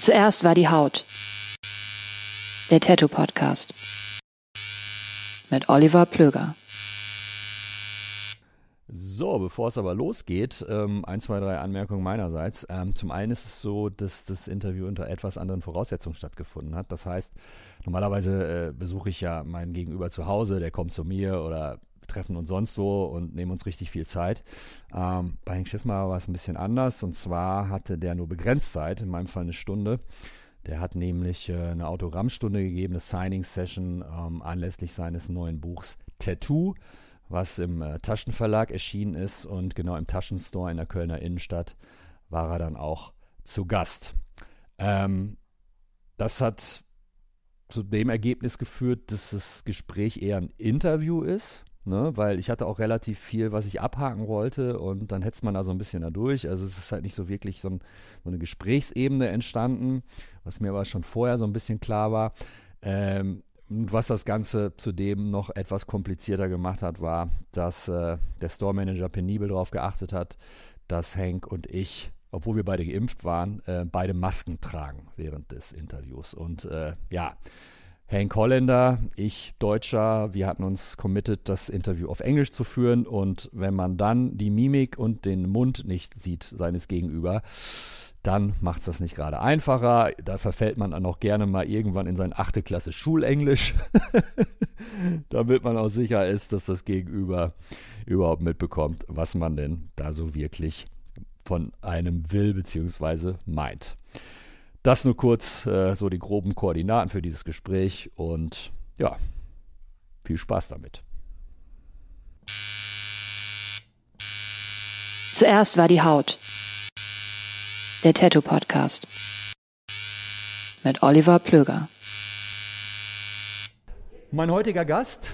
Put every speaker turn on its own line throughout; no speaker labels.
Zuerst war die Haut. Der Tattoo Podcast. Mit Oliver Plöger.
So, bevor es aber losgeht, ähm, ein, zwei, drei Anmerkungen meinerseits. Ähm, zum einen ist es so, dass das Interview unter etwas anderen Voraussetzungen stattgefunden hat. Das heißt, normalerweise äh, besuche ich ja meinen Gegenüber zu Hause, der kommt zu mir oder treffen und sonst so und nehmen uns richtig viel Zeit. Ähm, bei Henk Schiffmar war es ein bisschen anders und zwar hatte der nur begrenzt Zeit, in meinem Fall eine Stunde. Der hat nämlich äh, eine Autogrammstunde gegeben, eine Signing-Session ähm, anlässlich seines neuen Buchs Tattoo, was im äh, Taschenverlag erschienen ist und genau im Taschenstore in der Kölner Innenstadt war er dann auch zu Gast. Ähm, das hat zu dem Ergebnis geführt, dass das Gespräch eher ein Interview ist, ne? weil ich hatte auch relativ viel, was ich abhaken wollte und dann hetzt man da so ein bisschen da durch. Also es ist halt nicht so wirklich so, ein, so eine Gesprächsebene entstanden, was mir aber schon vorher so ein bisschen klar war. Ähm, und was das Ganze zudem noch etwas komplizierter gemacht hat, war, dass äh, der Store Manager penibel darauf geachtet hat, dass Hank und ich obwohl wir beide geimpft waren, äh, beide Masken tragen während des Interviews. Und äh, ja, Hank Holländer, ich Deutscher, wir hatten uns committed, das Interview auf Englisch zu führen. Und wenn man dann die Mimik und den Mund nicht sieht seines Gegenüber, dann macht es das nicht gerade einfacher. Da verfällt man dann auch gerne mal irgendwann in sein achte Klasse Schulenglisch, damit man auch sicher ist, dass das Gegenüber überhaupt mitbekommt, was man denn da so wirklich von einem will bzw. meint. Das nur kurz äh, so die groben Koordinaten für dieses Gespräch und ja, viel Spaß damit.
Zuerst war die Haut. Der Tattoo Podcast. Mit Oliver Plöger.
Mein heutiger Gast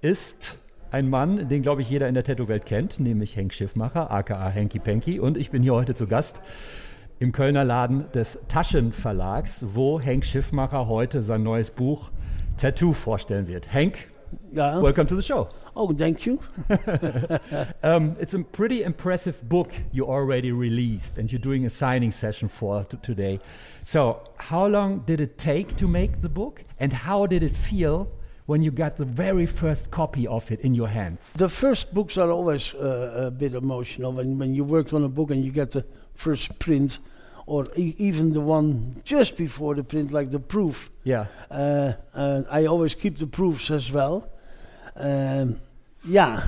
ist ein Mann, den, glaube ich, jeder in der Tattoo-Welt kennt, nämlich Henk Schiffmacher, aka Henky Penky. Und ich bin hier heute zu Gast im Kölner Laden des Taschenverlags, wo Henk Schiffmacher heute sein neues Buch Tattoo vorstellen wird. Henk,
Yeah.
welcome to the show.
Oh, thank you.
Um, it's a pretty impressive book you already released, and you're doing a signing session for t- today. So, how long did it take to make the book, and how did it feel when you got the very first copy of it in your hands?
The first books are always uh, a bit emotional when, when you worked on a book and you get the first print, or e- even the one just before the print, like the proof.
Yeah.
Uh, uh, I always keep the proofs as well. Um, yeah.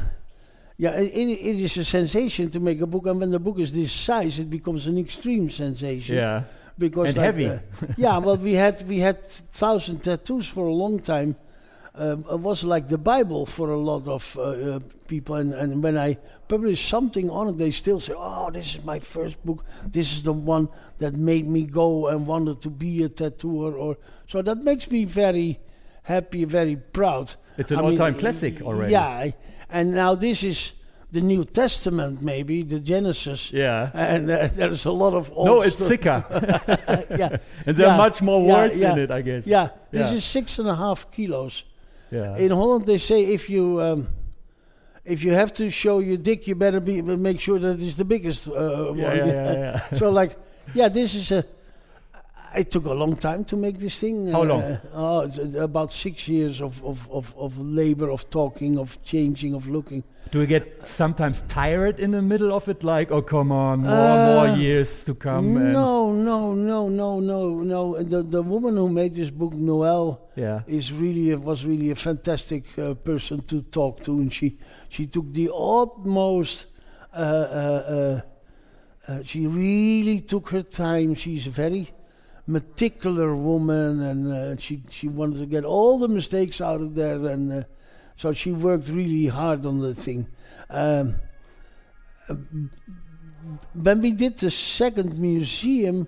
Yeah, i- it, it is a sensation to make a book, and when the book is this size, it becomes an extreme sensation.
Yeah.
because
And
like,
heavy.
uh, yeah, well, we had we had thousand tattoos for a long time. Um, it was like the Bible for a lot of uh, uh, people, and, and when I publish something on it, they still say, "Oh, this is my first book. This is the one that made me go and wanted to be a tattooer." Or so that makes me very happy, very proud.
It's an
I mean,
all-time classic already.
Yeah, I- and now this is the New Testament, maybe the Genesis.
Yeah.
and uh, there's a lot of old.
no, it's
stuff.
thicker.
yeah,
And there are
yeah,
much more
yeah,
words
yeah.
in it, I guess.
Yeah,
Yeah.
this
Uh-huh.
is six and a half kilos.
Yeah.
In Holland, they say if you um, if you have to show your dick, you better be make sure that it's the biggest uh,
yeah,
one.
yeah, yeah, yeah.
so like, yeah, this is a. It took a long time to make this thing.
How long?
oh, it's, uh, about six years of, of, of, of labor, of talking, of changing, of looking.
Do you get sometimes tired in the middle of it? Like, oh, come on, more,
Uh,
more years to come. and-
no, no, no, no, no, no. The the woman who made this book, Noelle,
Yeah.
is really a, was really a fantastic uh, person to talk to, and she she took the utmost. Uh, uh, uh, uh, she really took her time. She's a very meticulous woman, and uh, she she wanted to get all the mistakes out of there, and uh, so she worked really hard on the thing. Um, uh, when we did the second museum,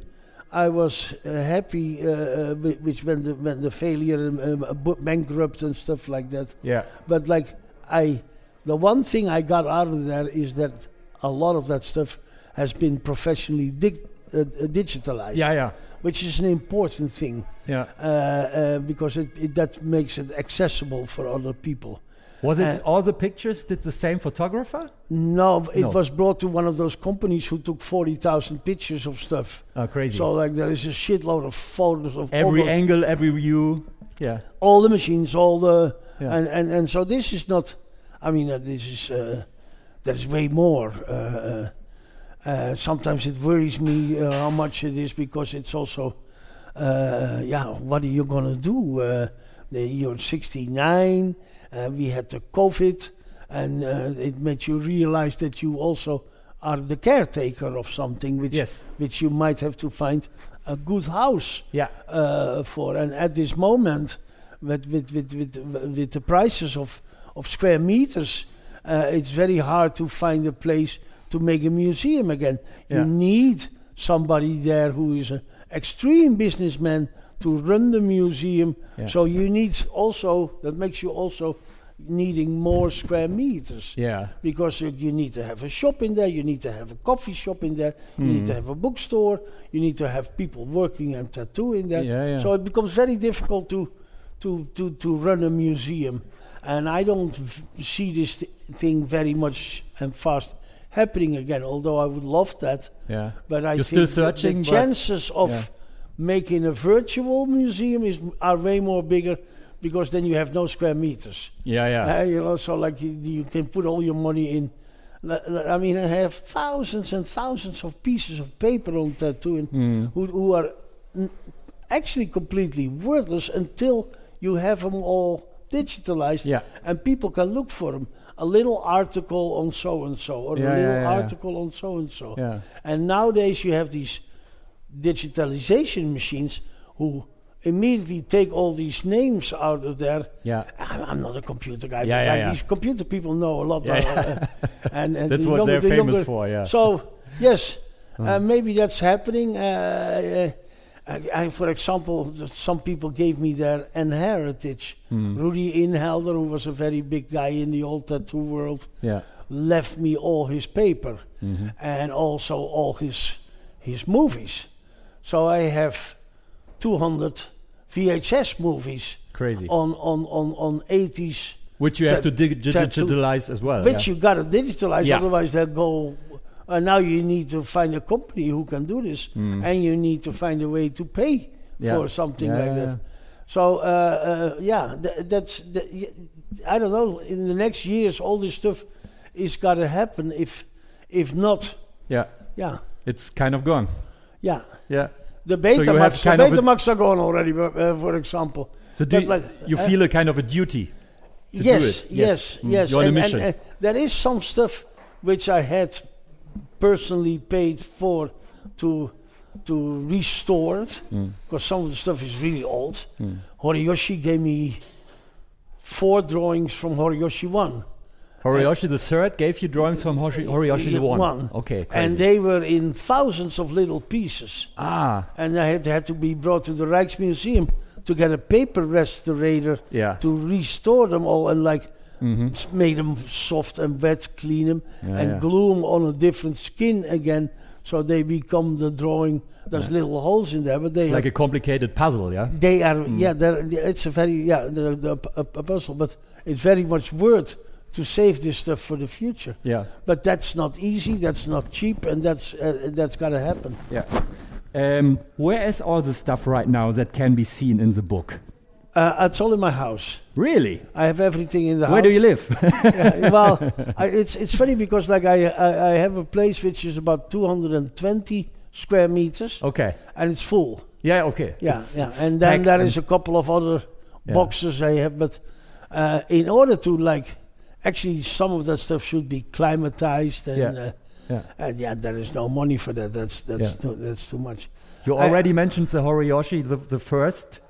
I was uh, happy, uh, uh, whi- which when the when the failure and uh, bu- bankrupt and stuff like that.
Yeah.
But like I, the one thing I got out of there is that a lot of that stuff has been professionally dig- uh, uh, digitalized,
Yeah, yeah.
which is an important thing
Yeah.
uh, uh, because it, it that makes it accessible for other people.
Was it
Uh,
all the pictures? Did the same photographer?
No, it
No.
was brought to one of those companies who took forty thousand pictures of stuff.
Oh, crazy.
So like there is a shitload of photos of all,
every
the,
angle, every view. Yeah.
all the machines, all the
Yeah.
and, and and so this is not. I mean, uh, this is uh, there's way more. Uh, uh, uh, sometimes it worries me uh, how much it is because it's also, uh, yeah, what are you gonna do? Uh, the- you're 69. Uh, we had the COVID, and uh, it made you realize that you also are the caretaker of something, which
Yes.
which you might have to find a good house
Yeah.
uh, for. And at this moment, with with with with, with the prices of of square meters, uh, it's very hard to find a place to make a museum again. You
Yeah.
need somebody there who is an extreme businessman to run the museum.
Yeah.
So you need also that makes you also needing more square meters
Yeah.
because you, you need to have a shop in there, you need to have a coffee shop in there, you
Hmm.
need to have a bookstore, you need to have people working and tattoo in there.
Yeah, yeah.
So it becomes very difficult to to to to run a museum, and I don't v- see this th- thing very much and fast happening again. Although I would love that,
Yeah.
but
You're
I think
still
the-
searching,
The
but-
chances of
yeah.
making a virtual museum is are way more bigger because then you have no square meters.
Yeah. Yeah.
Uh, you know, so like you, you can put all your money in. Li- li- I mean, I have thousands and thousands of pieces of paper on tattoo and
Hmm.
who, who are n- actually completely worthless until you have them all digitalized
Yeah.
and people can look for them. A little article on so and so, or
Yeah,
a little
yeah, yeah.
article on so and so.
Yeah.
And nowadays you have these digitalization machines who immediately take all these names out of there.
Yeah.
I'm, I'm not a computer
Yeah,
guy. but
yeah,
like
yeah.
These computer people know a lot.
Yeah,
uh, and, and
That's
the
what
younger-
they're
the
famous
younger-
for, yeah.
So yes, uh, maybe that's happening. Uh, uh, I, I, for example, th- some people gave me their and heritage.
Hmm.
Rudy Inhelder, who was a very big guy in the old tattoo world,
Yeah. Mm-hmm.
left me all his paper and also all his his movies. So I have 200 VHS movies
Crazy.
on on on on 80s,
Which you have to
Ta-
dig-
tattoo.
digitalize as well.
which
yeah.
you gotta digitalize,
Yeah.
otherwise they'll go. And now you need to find a company who can do this, and you need to find a way to pay
Mm. Yeah.
for something
Yeah,
like
yeah, yeah.
that. So uh, uh, yeah, th- that's th- y- I don't know. In the next years, all this stuff is gotta happen. If if not,
yeah.
yeah,
It's kind of gone.
yeah.
Yeah.
The
you have
Betamax,
kind
the
of a-
Betamax are gone already, but, uh, for example.
So do
But
you,
like,
you
uh,
feel a kind of a duty? do
yes,
it.
yes,
Yes.
yes,
Mm. You're on a
And- and,
mission.
uh, there is some stuff which I had personally paid for to to restore it
Mm.
because some of the stuff is really old. Horiyoshi gave me four drawings from Horiyoshi one,
Horiyoshi the third gave you drawings from Hoshi, Horiyoshi the one.
Uh, One.
Okay, crazy.
and they were in thousands of little pieces,
ah,
and they had, had to be brought to the Rijksmuseum to get a paper restorator
Yeah.
to restore them all and like
Mhm.
s- made them soft and wet, clean them,
Yeah,
and
yeah.
glue them on a different skin again, so they become the drawing. There's little holes in there, but they
It's like Mm.
have-
a complicated puzzle, yeah?
they are yeah. They're, it's a very yeah they're, they're a, a puzzle, but it's very much worth to save this stuff for the future.
Yeah.
But that's not easy. That's not cheap, and that's uh, that's gotta happen.
Yeah. Um, where is all the stuff right now that can be seen in the book?
Uh, it's all in my house.
Really?
I have everything in the
Where
house.
do you live?
Yeah, well, I, it's it's funny because like I, I I have a place which is about 220 square meters
okay.
and it's full.
Yeah, okay.
Yeah,
It's-
yeah.
it's
And then
packed
there
and-
is a couple of other
Yeah.
boxes I have, but uh, in order to like actually some of that stuff should be climatized and.
Yeah.
Uh,
Yeah.
and yeah, there is no money for that. That's that's
Yeah.
too, that's too much.
You
I-
already mentioned the Horiyoshi, the, the first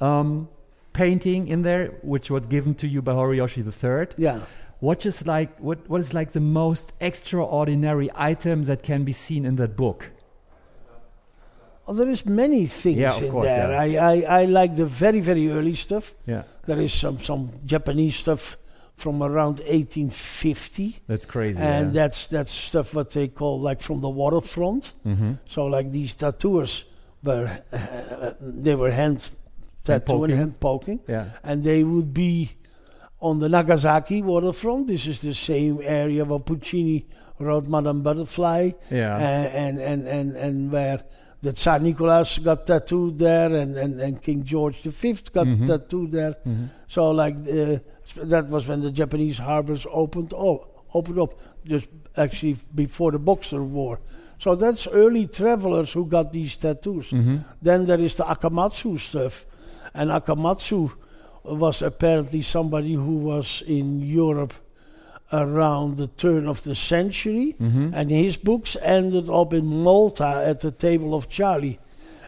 um, painting in there, which was given to you by Horiyoshi the Third.
Yeah.
What is like what what is like the most extraordinary item that can be seen in that book?
Oh, there is many things
Yeah, of
in
course,
there.
yeah.
I, I I like the very very early stuff.
Yeah,
There is some some Japanese stuff from around 1850,
that's crazy. yeah.
and that's that's stuff what they call like from the waterfront.
Mhm.
So like these tattooers were they were hand tattooing,
poking.
hand poking,
yeah,
and they would be on the Nagasaki waterfront. This is the same area where Puccini wrote Madame Butterfly,
yeah,
and, and and and where the Tsar Nicholas got tattooed there, and, and, and King George V got
Mhm.
tattooed there.
Mhm.
So like uh, that was when the Japanese harbors opened all opened up, just actually before the Boxer War. So that's early travelers who got these tattoos.
Mhm.
Then there is the Akamatsu stuff, and Akamatsu was apparently somebody who was in Europe around the turn of the century,
Mhm.
and his books ended up in Malta at the table of Charlie,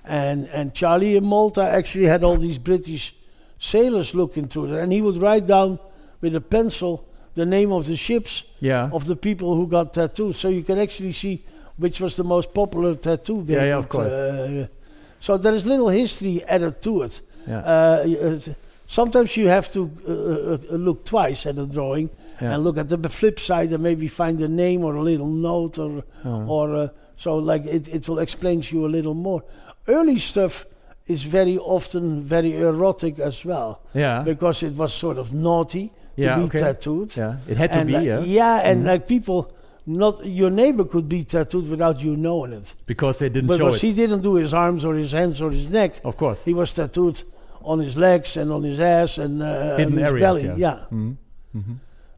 and and Charlie in Malta actually had all these British sailors looking through it, and he would write down with a pencil the name of the ships
yeah,
of the people who got tattooed. So you can actually see which was the most popular tattoo.
Yeah, yeah, of
variant,
course.
uh, so there is little history added to it.
yeah.
Uh, y- uh, s- sometimes you have to uh, uh, uh, look twice at a drawing
Yeah.
and look at the b- flip side and maybe find a name or a little note or
Uh,
or uh, so like it, it will explain to you a little more. Early stuff is very often very erotic as well
yeah,
because it was sort of naughty to
Yeah,
be
okay.
tattooed
yeah. It had to
and
be,
like-
yeah, Mm-hmm.
and like people, not your neighbor could be tattooed without you knowing it,
because they didn't show
because
it.
he didn't do his arms or his hands or his neck.
of course,
He was tattooed on his legs and on his ass and uh,
hidden
on his
areas.
belly.
yeah. Mhm.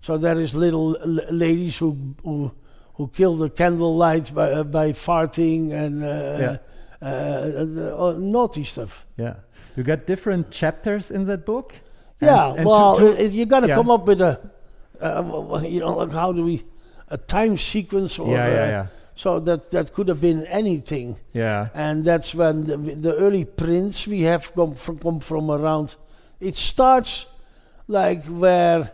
So there is little l- ladies who who who kill the candlelight by uh, by farting and. Uh,
Yeah.
uh, uh, uh, naughty stuff.
Yeah, you got different chapters in that book. And-
yeah,
and to-
well,
to-
i- i- you got to
yeah.
come up with a, uh, w- w- you know, like how do we, a time sequence or
yeah,
uh,
yeah, yeah,
So that, that could have been anything.
yeah.
And that's when the, the early prints we have come from, come from around. It starts like where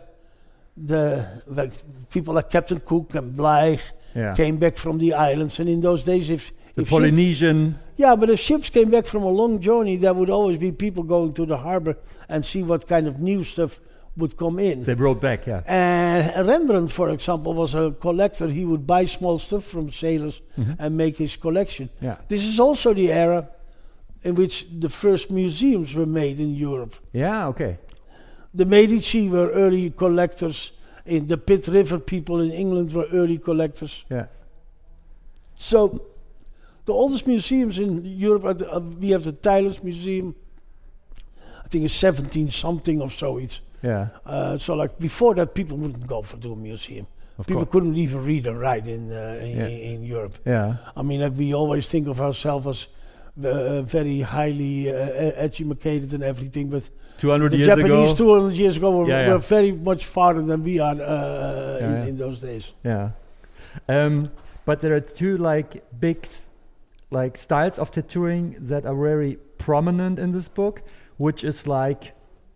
the like people like Captain Cook and Bligh
yeah.
came back from the islands. And in those days, if.
The
if ships-
Polynesian.
yeah, but if ships came back from a long journey, there would always be people going to the harbor and see what kind of new stuff would come in.
They brought back, yeah.
And Uh, Rembrandt, for example, was a collector. He would buy small stuff from sailors and make his collection.
Yeah.
This is also the era in which the first museums were made in Europe.
Yeah, okay.
The Medici were early collectors. In the Pitt River people in England were early collectors.
Yeah.
So, the oldest museums in Europe are the, uh, we have the Tylers Museum. I think it's 17 something or so. It's
Yeah.
uh, so like before that, people wouldn't go for to a museum.
Of
people
course.
couldn't even read or write in uh, in,
Yeah.
in Europe.
Yeah.
I mean, like we always think of ourselves as uh, very highly uh, e- educated and everything, but
200
the
years
Japanese
ago.
200 years ago were,
Yeah, yeah.
were very much farther than we are uh,
Yeah,
in,
yeah.
in those days.
yeah. Um, but there are two like big s- like styles of tattooing that are very prominent in this book, which is like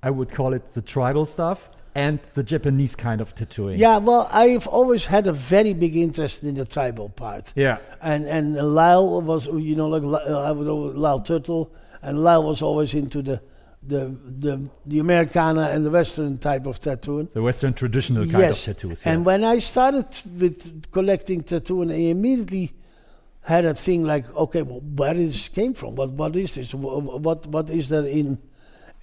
I would call it the tribal stuff and the Japanese kind of tattooing.
Yeah, well, I've always had a very big interest in the tribal part.
Yeah.
And and Lyle was, you know, like Li- uh, I would know Lyle Turtle, and Lyle was always into the the the the Americana and the Western type of tattooing.
The Western traditional kind
Yes,
of tattoos.
and
yeah.
when I started with collecting tattooing, I immediately had a thing like, okay, well, where is came from? What what is this? Wh- What what is there in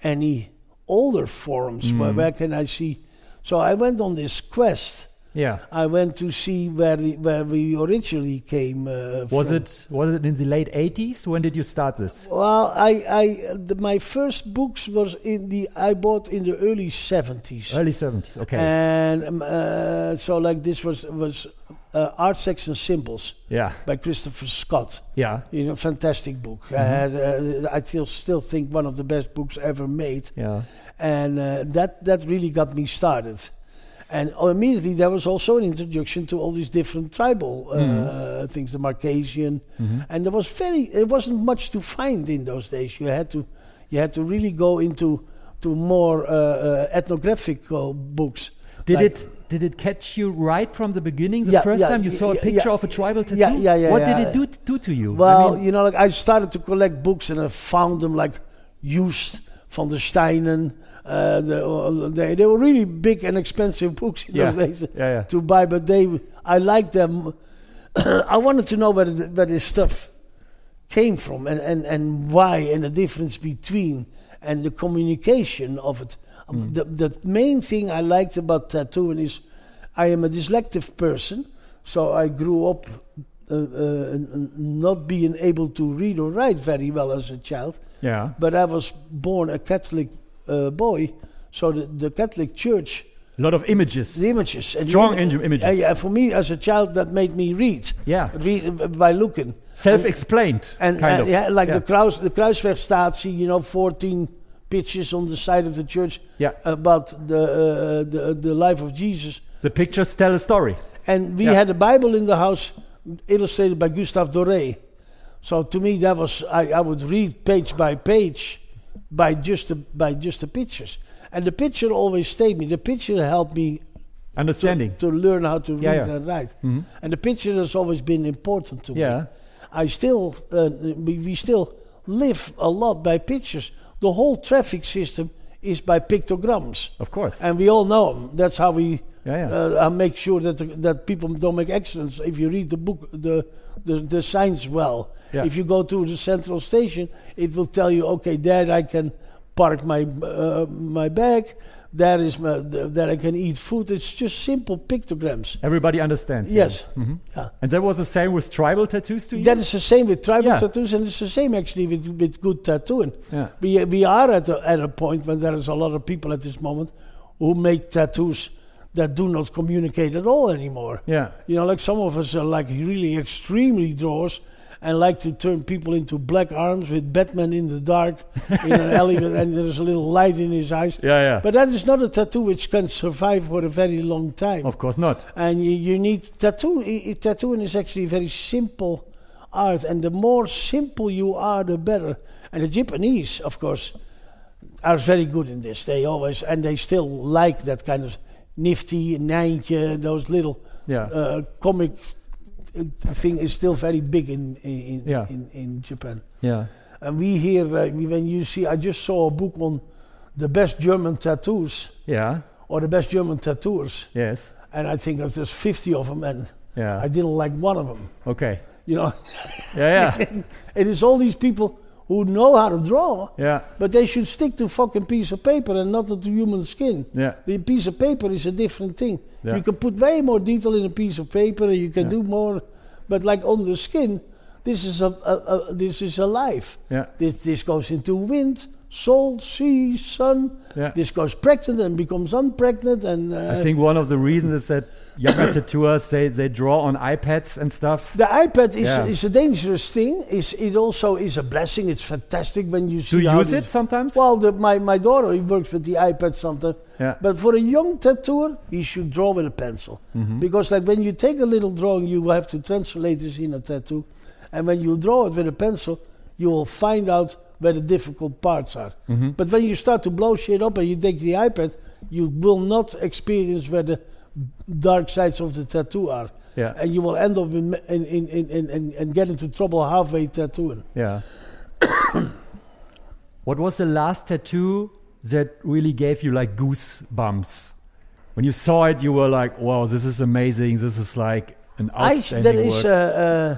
any older forms?
Mm.
Where, where can I see? So I went on this quest.
yeah.
I went to see where the, where we originally came. Uh,
Was
from.
it was it in the late 80s? When did you start this?
Well, I, I the, my first books was in the I bought in the early seventies,
Early 70s. Okay.
and um, uh, so like this was was uh, Art Sex and Symbols
yeah.
by Christopher Scott.
Yeah.
You know, fantastic book.
Mm-hmm.
I had uh, I feel still think one of the best books ever made,
Yeah.
and uh, that that really got me started. And oh, immediately there was also an introduction to all these different tribal uh,
Mm-hmm.
things, the Marcasian, and there was very it wasn't much to find in those days. You had to you had to really go into to more uh, uh, ethnographic uh, books.
Did
Like-
it did it catch you right from the beginning? The
Yeah,
first
yeah,
time you
yeah,
saw a
yeah,
picture
yeah.
of a tribal tattoo?
Yeah, yeah, yeah,
What
yeah.
did it do, do to you? I
Well,
mean-
you know, like I started to collect books and I found them like Joost van der Steinen. Uh, the, uh, they, they were really big and expensive books in
Yeah,
those days
yeah, yeah.
to buy, but they I liked them. I wanted to know where, the, where this stuff came from and, and, and why and the difference between and the communication of it.
Mm.
Um, The, the main thing I liked about tattooing is I am a dyslectic person, so I grew up uh, uh, n- n- not being able to read or write very well as a child,
yeah.
but I was born a Catholic uh, boy, so the, the Catholic Church,
A lot of images.
the images. and
Strong
even-
im- images.
Yeah, yeah, for me as a child, that made me read.
Yeah.
Read uh, by looking.
Self-explained,
And
kind
uh,
of.
yeah, like
yeah.
the Kruis, the Kruiswegstatie, you know, 14 pictures on the side of the church
Yeah.
about the, uh, the the life of Jesus.
The pictures tell a story.
And we
Yeah.
had a Bible in the house illustrated by Gustave Doré. So to me, that was I, I would read page by page by just the, by just the pictures. And the picture always stayed me. The picture helped me to,
Understanding.
to learn how to read
Yeah, yeah.
and write. And the picture has always been important to me.
Yeah.
I still, uh, we, we still live a lot by pictures. The whole traffic system is by pictograms.
Of course.
And we all know 'em. That's how we
Yeah, yeah.
Uh, uh, make sure that the, that people don't make accidents. If you read the book, the the, the signs well.
Yeah.
If you go to the central station, it will tell you, okay, there I can park my uh, my bag. There is my, there I can eat food. It's just simple pictograms.
Everybody understands. yeah.
Yes. Yeah.
And that was the same with tribal tattoos to you?
That is the same with tribal
Yeah.
tattoos, and it's the same actually with, with good tattooing.
Yeah.
We, we are at a, at a point when there is a lot of people at this moment who make tattoos that do not communicate at all anymore.
yeah.
You know, like some of us are like really extremely drawers and like to turn people into black arms with Batman in the dark in an alley, with- and there's a little light in his eyes.
Yeah, yeah.
But that is not a tattoo which can survive for a very long time
of course not.
and you, you need tattoo. i- i- tattooing is actually very simple art, and the more simple you are, the better. And the Japanese, of course, are very good in this. They always and they still like that kind of nifty nijntje, those little
Yeah.
uh, comic uh, thing is still very big in in
Yeah.
in, in Japan.
Yeah.
And we here, uh, we- when you see, I just saw a book on the best German tattoos
Yeah.
or the best German tattooers
Yes.
and I think there's just 50 of them, and
Yeah.
I didn't like one of them.
okay.
You know,
Yeah, yeah.
it is all these people who know how to draw,
yeah.
but they should stick to fucking piece of paper and not to the human skin.
Yeah.
The piece of paper is a different thing.
Yeah.
You can put way more detail in a piece of paper, and you can do more, but like on the skin, this is a, a, a this is a life.
Yeah.
This this goes into wind. Soul, sea, sun.
Yeah.
This goes pregnant and becomes unpregnant, and uh,
I think one of the reasons is that younger tattooers they, they draw on iPads and stuff.
The iPad is,
Yeah.
is a dangerous thing. Is it also is a blessing? It's fantastic when you see.
Do you
how
use
this-
it sometimes?
Well, the, my my daughter he works with the iPad sometimes.
Yeah.
But for a young tattooer, he should draw with a pencil
Mm-hmm.
because like when you take a little drawing, you will have to translate this in a tattoo, and when you draw it with a pencil, you will find out where the difficult parts are.
Mm-hmm.
But when you start to blow shit up and you take the iPad, you will not experience where the dark sides of the tattoo are
Yeah.
and you will end up in in in in, in, in, in get into trouble halfway tattooing.
yeah.
What was the last tattoo that really gave you like goosebumps? When you saw it, you were like, "Wow, this is amazing! This is like an
I, there
outstanding
is
work."
a uh,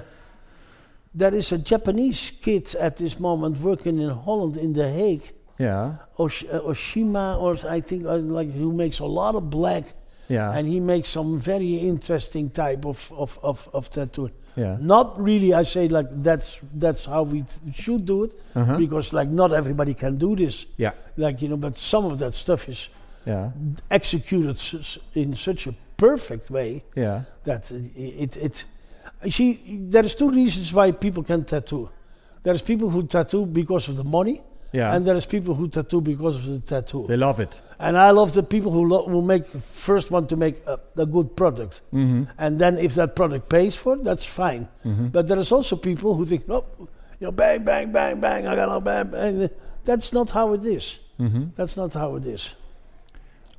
there is a Japanese kid at this moment working in Holland in The Hague,
yeah,
Osh- uh, Oshima, or I think uh, like who makes a lot of black,
yeah,
and he makes some very interesting type of of of, of tattoo.
yeah,
Not really, I say like that's that's how we t- should do it
uh-huh.
because like not everybody can do this.
yeah,
Like you know, but some of that stuff is
yeah,
executed s- s- in such a perfect way
yeah,
that uh, it, it you see there is two reasons why people can tattoo there is people who tattoo because of the money
yeah.
and there is people who tattoo because of the tattoo
they love it.
and i love the people who, lo- who make first want to make a, a good product
Mm-hmm.
and then if that product pays for it that's fine
Mhm.
but there is also people who think nope you know bang bang bang bang i gotta bang, bang that's not how it is
Mm-hmm.
that's not how it is.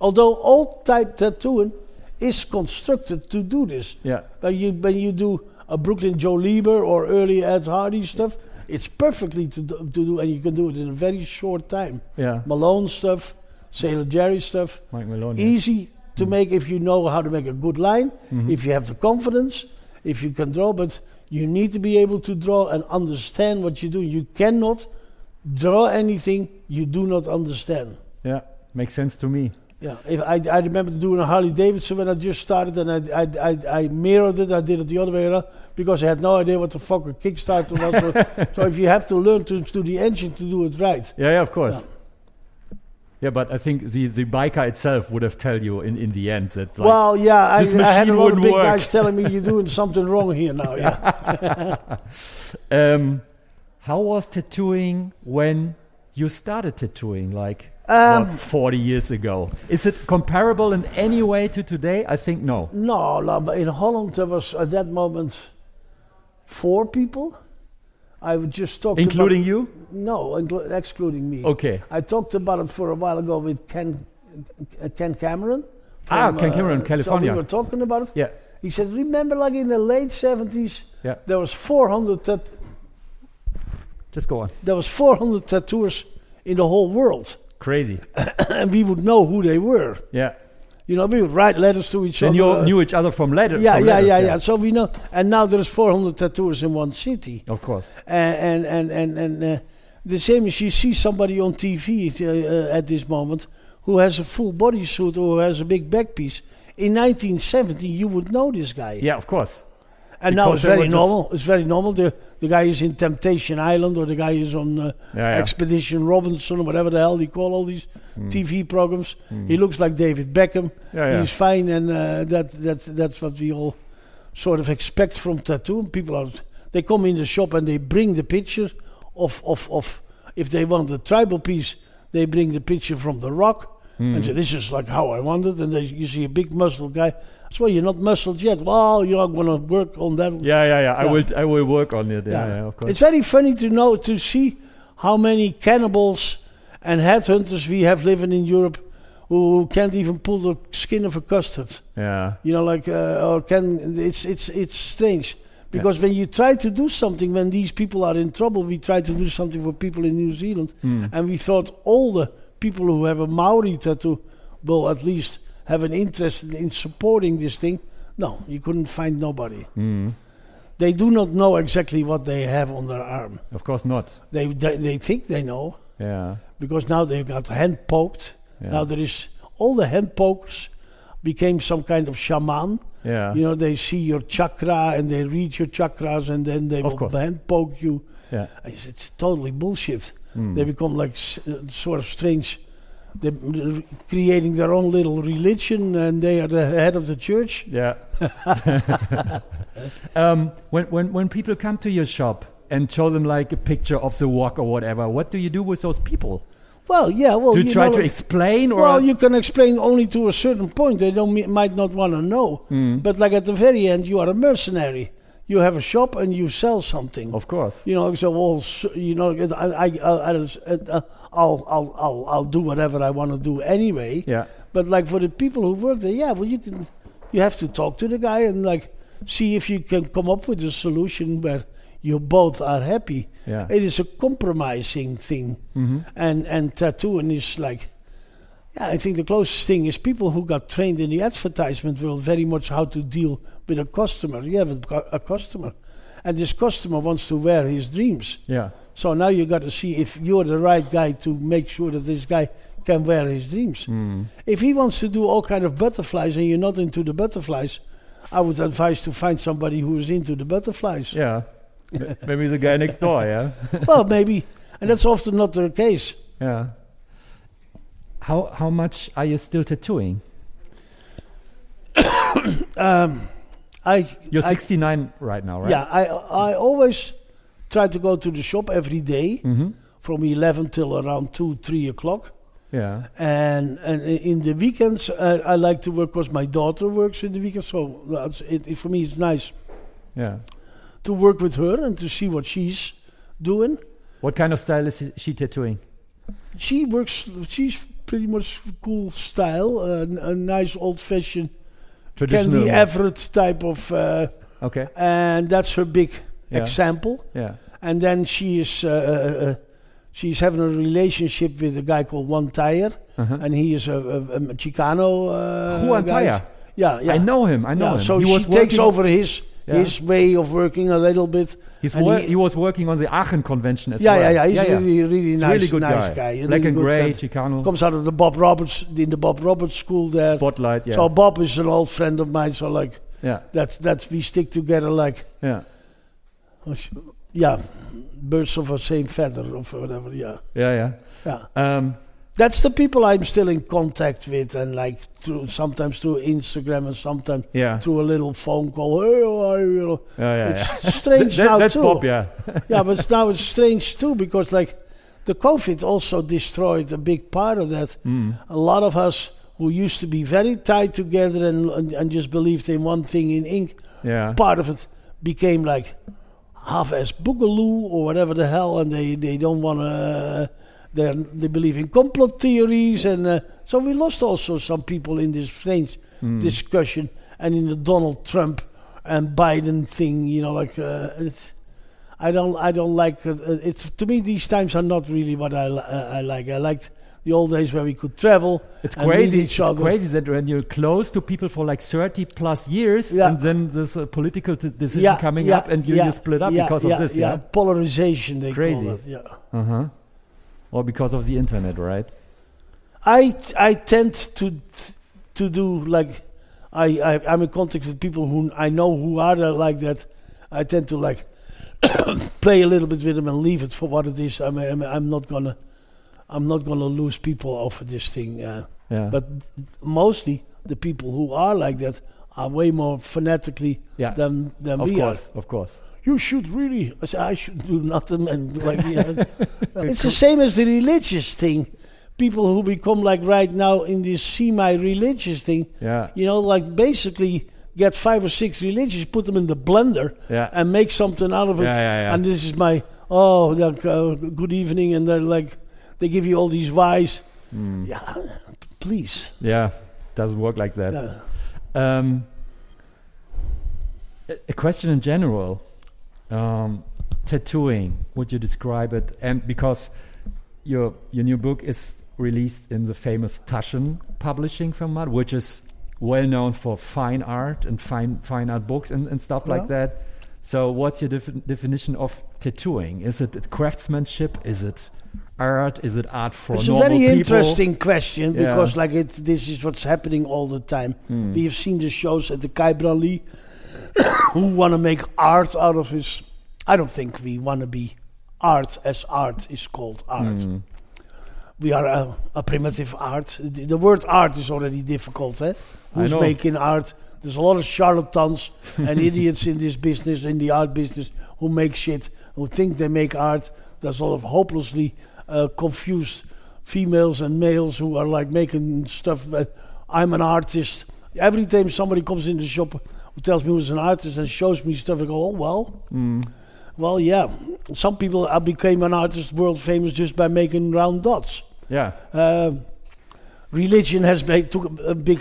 Although all type tattooing is constructed to do this.
Yeah,
When you when you do a Brooklyn Joe Lieber or early Ed Hardy stuff, it's perfectly to do, to do, and you can do it in a very short time.
yeah.
Malone stuff, Sailor Jerry stuff,
Mike Malone. Mm.
easy to make if you know how to make a good line,
Mhm.
if you have the confidence, if you can draw. But you need to be able to draw and understand what you do. You cannot draw anything you do not understand.
Yeah, makes sense to me.
Yeah, if I, I remember doing a Harley Davidson when I just started, and I, I, I, I mirrored it. I did it the other way around because I had no idea what the fuck a Kickstarter was. So, so if you have to learn to do the engine to do it right,
Yeah, yeah, of course.
Yeah.
Yeah, but I think the, the biker itself would have tell you in, in the end that like,
well, yeah, I,
this
I had a
machine
lot of
wouldn't
big
work.
guys telling me you're doing something wrong here now. Yeah.
um, how was tattooing when you started tattooing? Like
Um,
what, 40 years ago. Is it comparable in any way to today? I think no.
No, no, but in Holland there was at that moment four people. I would just talk
Including you?
about, no, inclu- excluding me.
Okay.
I talked about it for a while ago with Ken uh, Ken Cameron. uh,
Ah, Ken Cameron,
so
California.
we were talking about it.
Yeah,
He said, "Remember, like in the late '70s,
Yeah.
there was 400 tat-
just go on.
there was 400 tattooers in the whole world,
Crazy.
and we would know who they were.
Yeah.
You know, we would write letters to each
Then
other.
you
uh,
knew each other from later.
yeah,
from
yeah,
letters,
yeah, yeah. So we know, and now there's 400 tattooers in one city.
Of course.
and and and and uh, the same as you see somebody on TV uh, uh, at this moment who has a full bodysuit or who has a big back piece. In 1970, you would know this guy,
Yeah, of course.
and now
because
it's
they
very
were just-
normal. It's very normal. The the guy is in Temptation Island, or the guy is on uh,
Yeah, yeah.
Expedition Robinson, or whatever the hell they call all these TV programs. He looks like David Beckham.
Hmm. Yeah, yeah.
He's fine, and uh, that that that's what we all sort of expect from tattoo. People are they come in the shop and they bring the picture of of of if they want the tribal piece, they bring the picture from the rock
Hmm.
and say this is like how I want it. And they, you see a big muscle guy. That's why you're not muscled yet. Well, you're not going to work on that.
Yeah, yeah, yeah. I
Yeah.
will I will work on it. Yeah, yeah, of course.
It's very funny to know to see how many cannibals and headhunters we have living in Europe who can't even pull the skin of a custard.
yeah.
You know, like uh, or can it's it's it's strange because when you try to do something when these people are in trouble, we try to do something for people in New Zealand,
Mm.
and we thought all the people who have a Maori tattoo will at least have an interest in supporting this thing. No, you couldn't find nobody.
Mm.
They do not know exactly what they have on their arm.
Of course not.
They they, they think they know
Yeah.
because now they've got hand poked.
Yeah.
Now there is all the hand pokes became some kind of shaman.
yeah.
You know, they see your chakra and they read your chakras and then they
Of
will
course.
hand poke you.
Yeah. Hmm.
It's, it's totally bullshit. They become like s- uh, sort of strange. They're m- r- creating their own little religion and they are the head of the church.
Yeah. um, when, when, when people come to your shop and show them like a picture of the walk or whatever, what do you do with those people?
Well, yeah, well,
Do you, try
Oh, know,
to explain or?
well, you can explain only to a certain point. They don't mi- might not want to know.
Hmm.
But like at the very end, you are a mercenary. You have a shop and you sell something.
of course.
You know, so well, s- you know, I, I, I, I just- uh, I'll, I'll, I'll, I'll do whatever I want to do anyway.
Yeah.
But like for the people who work there, yeah, well, you can, you have to talk to the guy and like see if you can come up with a solution where you both are happy.
Yeah.
It is a compromising thing, and and tattooing is like, yeah, I think the closest thing is people who got trained in the advertisement world very much how to deal with a customer. You have a, cu- a customer, and this customer wants to wear his dreams.
Yeah.
So now you got to see if you're the right guy to make sure that this guy can wear his dreams. If he wants to do all kind of butterflies and you're not into the butterflies, I would advise to find somebody who is into the butterflies.
Yeah. M- Maybe the guy next door, yeah.
well, maybe, and that's often not the case.
Yeah. How how much are you still tattooing?
Um, I,
You're
I
69 right now, right?
yeah, I I always try to go to the shop every day
hmm
from eleven till around two three o'clock.
Yeah.
And, and i- in the weekends, uh, I like to work because my daughter works in the weekends. So that's, it, it- for me, it's nice
Yeah.
to work with her and to see what she's doing.
What kind of style is she tattooing?
She works, she's pretty much cool style, uh, n- a nice old fashioned
Traditional.
Candy Everett type of, uh,
Okay.
and that's her big
Yeah.
example.
Yeah.
And then she is, uh, uh, uh, she's having a relationship with a guy called Juan Tire,
Uh-huh.
and he is a, a, a Chicano. Uh,
Juan
guy.
Taya.
Yeah, yeah.
I know him. I know
Yeah,
him.
so
he
she
was
takes
working-
over his
Yeah.
his way of working a little bit.
He's
and
wor-
he-
he, was working on the Aachen convention as
Yeah,
well.
yeah, yeah. He's really, really
He's a
nice,
really good
nice
guy.
guy. A
Black
really
and
good
gray,
guy.
Chicano.
Comes out of the Bob Roberts in the Bob Roberts school there.
Spotlight. Yeah.
So Bob is an old friend of mine. So like
yeah.
that's that's we stick together like
Yeah.
yeah, birds of the same feather or whatever. Yeah,
Yeah.
yeah.
Yeah. Um,
That's the people I'm still in contact with, and like through sometimes through Instagram and sometimes
yeah.
through a little phone call. Hey, how are you?
Yeah. Yeah. yeah.
It's strange
That-
now
that's
too.
Bob. Yeah.
yeah, but it's now it's strange too because like the COVID also destroyed a big part of that.
Mm.
A lot of us who used to be very tied together and and, and just believed in one thing in ink,
Yeah.
part of it became like half-ass boogaloo or whatever the hell, and they they don't want to. They they believe in complot theories, and uh, so we lost also some people in this strange
Hmm.
discussion and in the Donald Trump and Biden thing. You know, like uh, it's, I don't I don't like it. Uh, It's to me these times are not really what I li- uh, I like. I liked the old days where we could travel.
It's
and meet
crazy.
each
It's
other.
crazy that when you're close to people for like 30 plus years,
Yeah.
and then there's a political t- decision
Yeah,
coming
yeah,
up, and you,
yeah,
you split up
yeah,
because
yeah,
of this, yeah.
polarization. They
Crazy.
call it. Yeah.
Uh huh. Or because of the internet, right?
I t- I tend to to do like I, I I'm in contact with people who I know who are that like that. I tend to like play a little bit with them and leave it for what it is. I mean, I mean I'm not gonna I'm not gonna lose people off of this thing. Uh,
Yeah.
but mostly the people who are like that are way more fanatically
Yeah.
than than
of
we are
course, of course.
you should really. I said, I should do nothing. And like, yeah. it's the same as the religious thing. People who become like right now in this semi-religious thing,
Yeah.
you know, like basically get five or six religions, put them in the blender,
Yeah.
and make something out of it.
Yeah, yeah, yeah.
And this is my oh, like, uh, good evening, and then like they give you all these whys.
Hmm.
Yeah, please.
Yeah. Doesn't work like that.
Yeah.
Um, a, a question in general. Um, tattooing, would you describe it? And because your your new book is released in the famous Taschen publishing format, which is well known for fine art and fine fine art books and, and stuff like
Yeah.
that. So, what's your defi- definition of tattooing? Is it craftsmanship? Is it art? Is it art for
It's a
normal
very
people?
interesting question
Yeah. Hmm.
because, like, it this is what's happening all the time. We have seen the shows at the Kaibra Lee who want to make art out of his. I don't think we want to be art as art is called art.
Hmm.
We are a, a primitive art. The, the word art is already difficult. Eh? Who's
know.
making art? There's a lot of charlatans and idiots in this business, in the art business, who make shit, who think they make art. There's a lot of hopelessly uh, confused females and males who are like making stuff. But I'm an artist. Every time somebody comes in the shop who tells me who's an artist and shows me stuff, I go, oh, well. Well, yeah. Some people uh, became an artist world famous just by making round dots.
Yeah,
Um, religion has made took a, a big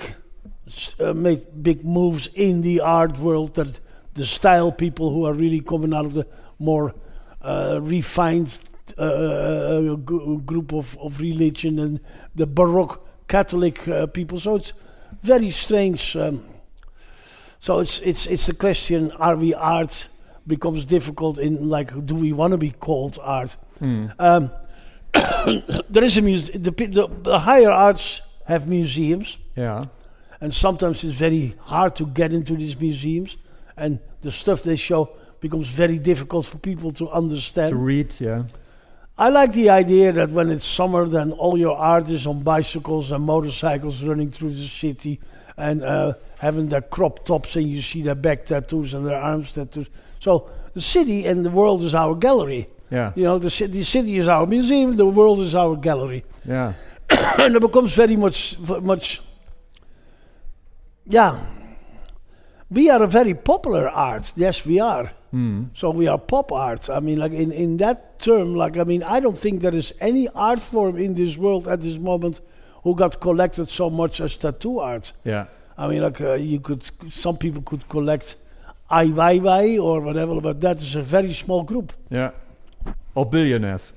s- uh, made big moves in the art world that the style people who are really coming out of the more uh, refined uh, gr- group of, of religion and the Baroque Catholic uh, people. So it's very strange. Um, so it's it's it's a question: Are we art? Becomes difficult in like, do we want to be called art? Um, there is a muse- the, pe- the the higher arts have museums
Yeah.
and sometimes it's very hard to get into these museums and the stuff they show becomes very difficult for people to understand
To read, yeah.
i like the idea that when it's summer then all your art is on bicycles and motorcycles running through the city and uh, having their crop tops and you see their back tattoos and their arms tattoos so the city and the world is our gallery
Yeah.
you know the, ci- the city is our museum the world is our gallery
Yeah.
and it becomes very much v- much yeah we are a very popular art yes we are
Mm.
so we are pop art i mean like in, in that term like i mean i don't think there is any art form in this world at this moment who got collected so much as tattoo art
Yeah.
i mean like uh, you could some people could collect ai weiwei or whatever but that is a very small group
Yeah. Or billionaires.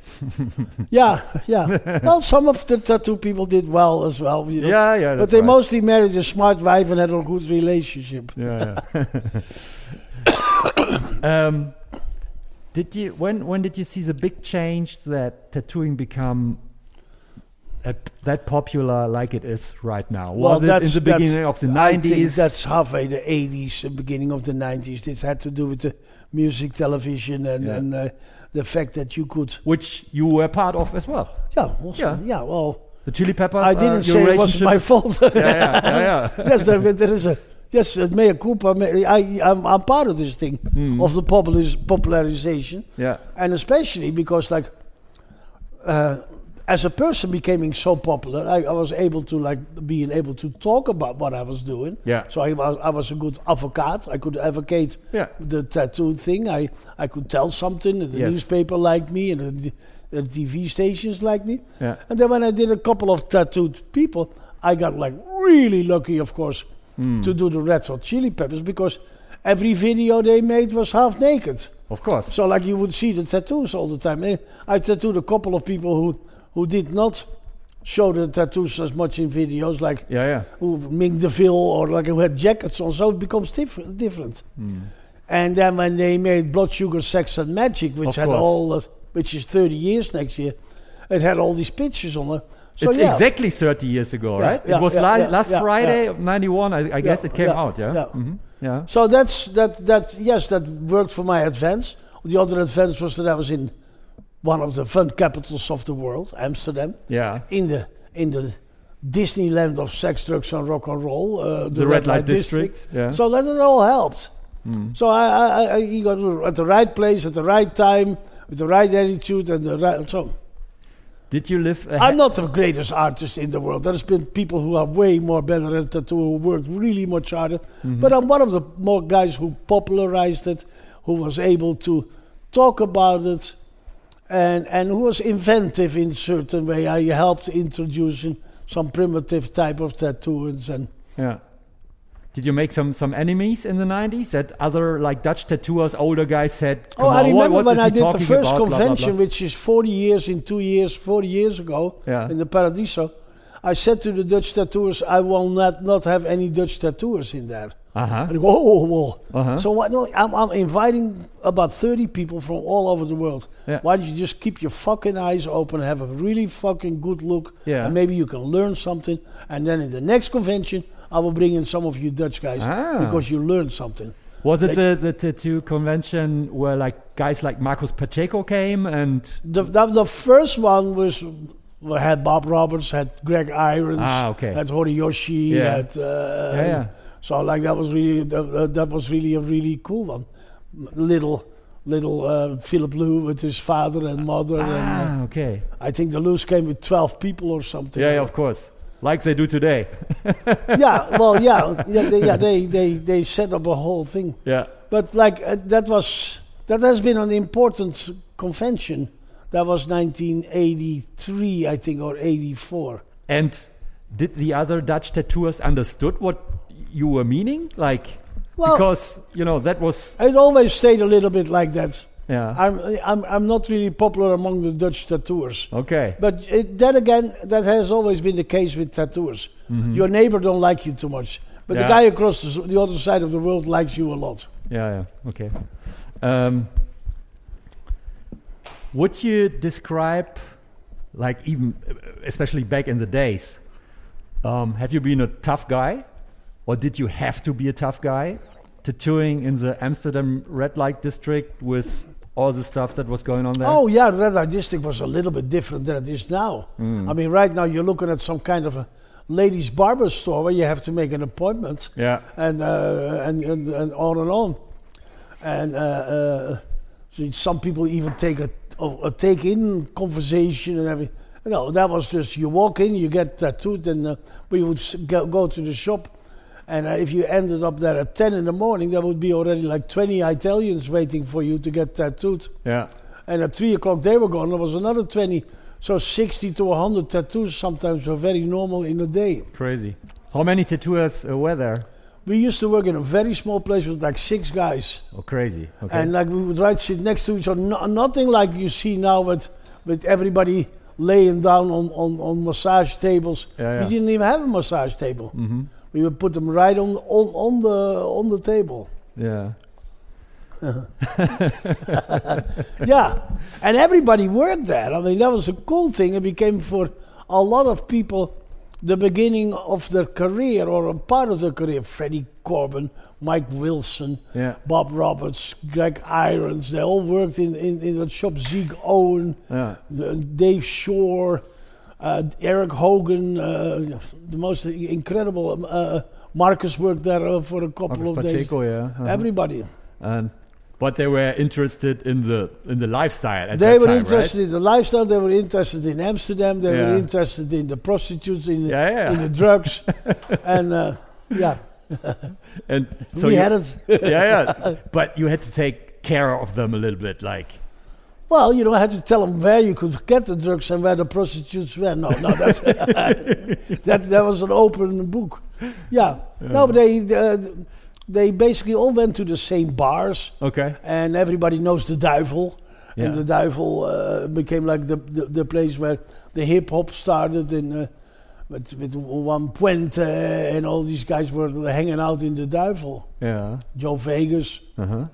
yeah yeah well some of the tattoo people did well as well you know
Yeah, yeah.
But
that's
they
right.
mostly married a smart wife and had a good relationship.
Yeah. yeah. um, did you when when did you see the big change that tattooing become a, that popular like it is right now? Was it in the beginning of the
I think
nineties?
that's halfway the 80s, the beginning of the 90s. This had to do with the music, television, and,
Yeah.
and uh, the fact that you could.
which you were part of as well.
Yeah, also,
Yeah.
yeah. well,
The Chili Peppers.
I
are
didn't
your
say it was my
relationships-
fault.
yeah, yeah, yeah, yeah.
yes, there, there is a. Yes, uh, mea culpa. me- I, I'm, I'm part of this thing
Hmm.
of the popularis- popularization.
yeah.
and especially because like uh, as a person becoming so popular I, I was able to like being able to talk about what i was doing
Yeah.
so i was i was a good advocate i could advocate
Yeah.
the tattoo thing i i could tell something and the
Yes.
newspaper liked me and the, the tv stations liked me
Yeah.
and then when i did a couple of tattooed people i got like really lucky of course
Hmm.
to do the red hot chili peppers because every video they made was half naked
Of course.
so like you would see the tattoos all the time. Eh, I tattooed a couple of people who who did not show the tattoos as much in videos, like
Yeah, yeah.
who Ming DeVille or like who had jackets on. So it becomes diff- different.
Hmm.
And then when they made Blood Sugar Sex and Magic, which
Of
had
course.
all, uh, which is 30 years next year, it had all these pictures on it. So
it's
yeah,
exactly 30 years ago,
Yeah,
right?
yeah,
it was
yeah,
la-
yeah,
last
yeah,
Friday, 91, I, I guess it came
yeah,
out, yeah?
yeah.
Mhm, yeah.
So that's that that yes, that worked for my advance. The other advance was that I was in one of the fun capitals of the world, Amsterdam,
Yeah.
in the in the Disneyland of sex, drugs, and rock and roll, uh, the,
The Red Light District, yeah. Hmm.
So that it all helped. So I, I, I you got at the right place at the right time with the right attitude and the right. So
Did you live a
I'm not the greatest artist in the world. There's been people who are way more better at tattoo, who worked really much harder. But I'm one of the more guys who popularized it, who was able to talk about it, and and who was inventive in certain way. I helped introducing some primitive type of tattoos and
Yeah. Did you make some some enemies in the 90s that other like Dutch tattooers, older guys said?
Oh,
"Come
I
on,
remember
what, what
when
is
I
he
did the
talking
first
about?" Blah, blah, blah.
convention, which is 40 years in two years, 40 years ago,
Yeah.
in the Paradiso. I said to the Dutch tattooers, I will not, not have any Dutch tattooers in there.
Uh-huh.
And they go, whoa, whoa, whoa.
Uh-huh.
So why, no, I'm, I'm inviting about 30 people from all over the world.
Yeah.
Why don't you just keep your fucking eyes open, have a really fucking good look,
Yeah.
and maybe you can learn something. And then in the next convention, I will bring in some of you Dutch guys
Ah.
because you learned something.
Was it the, the tattoo convention where like guys like Marcos Pacheco came and
The, the, the first one was well, had Bob Roberts, had Greg Irons,
Ah, okay.
had Horiyoshi,
Yeah.
had uh,
Yeah, yeah.
so like that was really that, that- that was really a really cool one. Little little uh, Philip Lou with his father and mother, and uh,
Ah, okay.
I think the Loos came with twelve people or something.
Yeah, yeah, of course. Like they do today.
yeah, well, yeah, yeah, they, yeah, they they they set up a whole thing.
yeah.
But like uh, that was that has been an important convention. That was 1983, I think, or 84.
And did the other Dutch tattooers understood what you were meaning? Like
Well-
because you know that was
It always stayed a little bit like that.
yeah.
I'm, I'm, I'm not really popular among the Dutch tattooers.
okay.
But it, then again, that has always been the case with tattooers. Your neighbor don't like you too much,
Mm-hmm.
but
Yeah.
the guy across the, s- the other side of the world likes you a lot.
Yeah, yeah. Okay. Um, would you describe, like, even especially back in the days, um, have you been a tough guy, or did you have to be a tough guy, tattooing in the Amsterdam red light district with all the stuff that was going on there?
Oh yeah, Red Light District was a little bit different than it is now.
Hmm.
I mean, right now you're looking at some kind of a ladies' barber store where you have to make an appointment.
yeah.
and, uh, and, and and on and on. And uh, uh, so some people even take a, a take in conversation and everything. No, that was just you walk in, you get tattooed, and uh, we would s- go, go to the shop. And uh, if you ended up there at 10 in the morning, there would be already like 20 Italians waiting for you to get tattooed.
Yeah.
And at 3 o'clock they were gone, there was another 20. So 60 to 100 tattoos sometimes were very normal in a day.
Crazy. How many tattooers uh, were there?
We used to work in a very small place with like six guys.
Oh, crazy. Okay.
And like we would right sit next to each other. No, nothing like you see now with, with everybody laying down on, on, on massage tables.
Yeah, Mm-hmm. yeah.
We didn't even have a massage table. We would put them right on, on, on, the, on the table.
yeah.
yeah. And everybody worked there. I mean, that was a cool thing. It became for a lot of people the beginning of their career or a part of their career. Freddie Corbin, Mike Wilson,
Yeah.
Bob Roberts, Greg Irons, they all worked in, in, in that shop. Zeke Owen,
Yeah.
the- Dave Shore, uh, Eric Hogan, uh, the most incredible. um, Uh, Marcus worked there uh, for a couple
Marcus
of
Pacheco.
days.
Yeah. Uh-huh.
Everybody.
and but they were interested in the in the lifestyle at
They
that
were
time,
interested in the lifestyle. They were interested in Amsterdam. They
Yeah.
were interested in the prostitutes, in, the-
Yeah, yeah.
in the drugs, and uh, yeah,
right? And so
we
you,
had it.
yeah, yeah. But you had to take care of them a little bit, like
Well, you know, I had to tell them where you could get the drugs and where the prostitutes were. No, no, that's, that that was an open book. Yeah, no, but they uh, they basically all went to the same bars.
okay,
and everybody knows the Duivel.
Yeah.
And the Duivel uh, became like the, the the place where the hip hop started in uh, with with Juan Puente and all these guys were hanging out in the Duivel.
yeah,
Joe Vegas,
uh huh,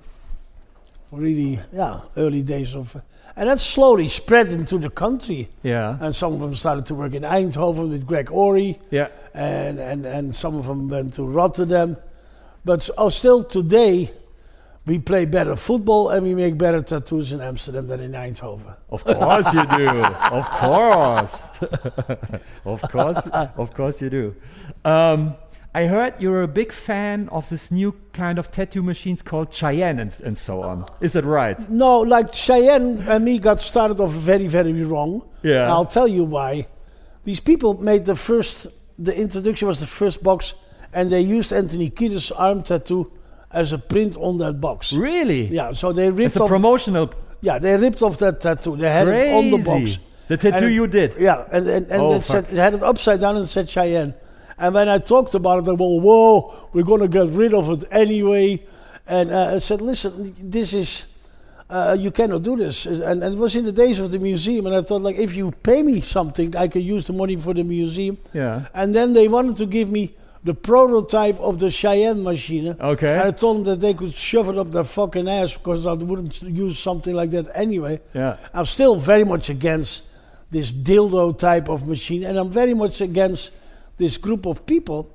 really, yeah, early days of, and that slowly spread into the country.
yeah,
And some of them started to work in Eindhoven with Greg Ory
yeah,
and, and, and some of them went to Rotterdam. But oh, still today, we play better football and we make better tattoos in Amsterdam than in Eindhoven.
of course you do, of course, of course, of course you do. Um, I heard you're a big fan of this new kind of tattoo machines called Cheyenne and, and so on. Is that right?
No, like Cheyenne and me got started off very, very wrong.
Yeah.
And I'll tell you why. These people made the first, the introduction was the first box, and they used Anthony Kiedis' arm tattoo as a print on that box.
Really?
Yeah, so they ripped
It's a
off.
promotional
yeah, they ripped off that tattoo. They had it on
crazy.
the box.
The tattoo
And it-
you did.
Yeah, and, and, and
Oh,
it, said,
fuck.
it had it upside down and said Cheyenne. And when I talked about it, they were, whoa, we're going to get rid of it anyway. And uh, I said, listen, this is, uh, you cannot do this. And, and it was in the days of the museum. And I thought, like, if you pay me something, I can use the money for the museum.
Yeah.
And then they wanted to give me the prototype of the Cheyenne machine.
Okay.
And I told them that they could shove it up their fucking ass because I wouldn't use something like that anyway.
Yeah.
I'm still very much against this dildo type of machine, and I'm very much against this group of people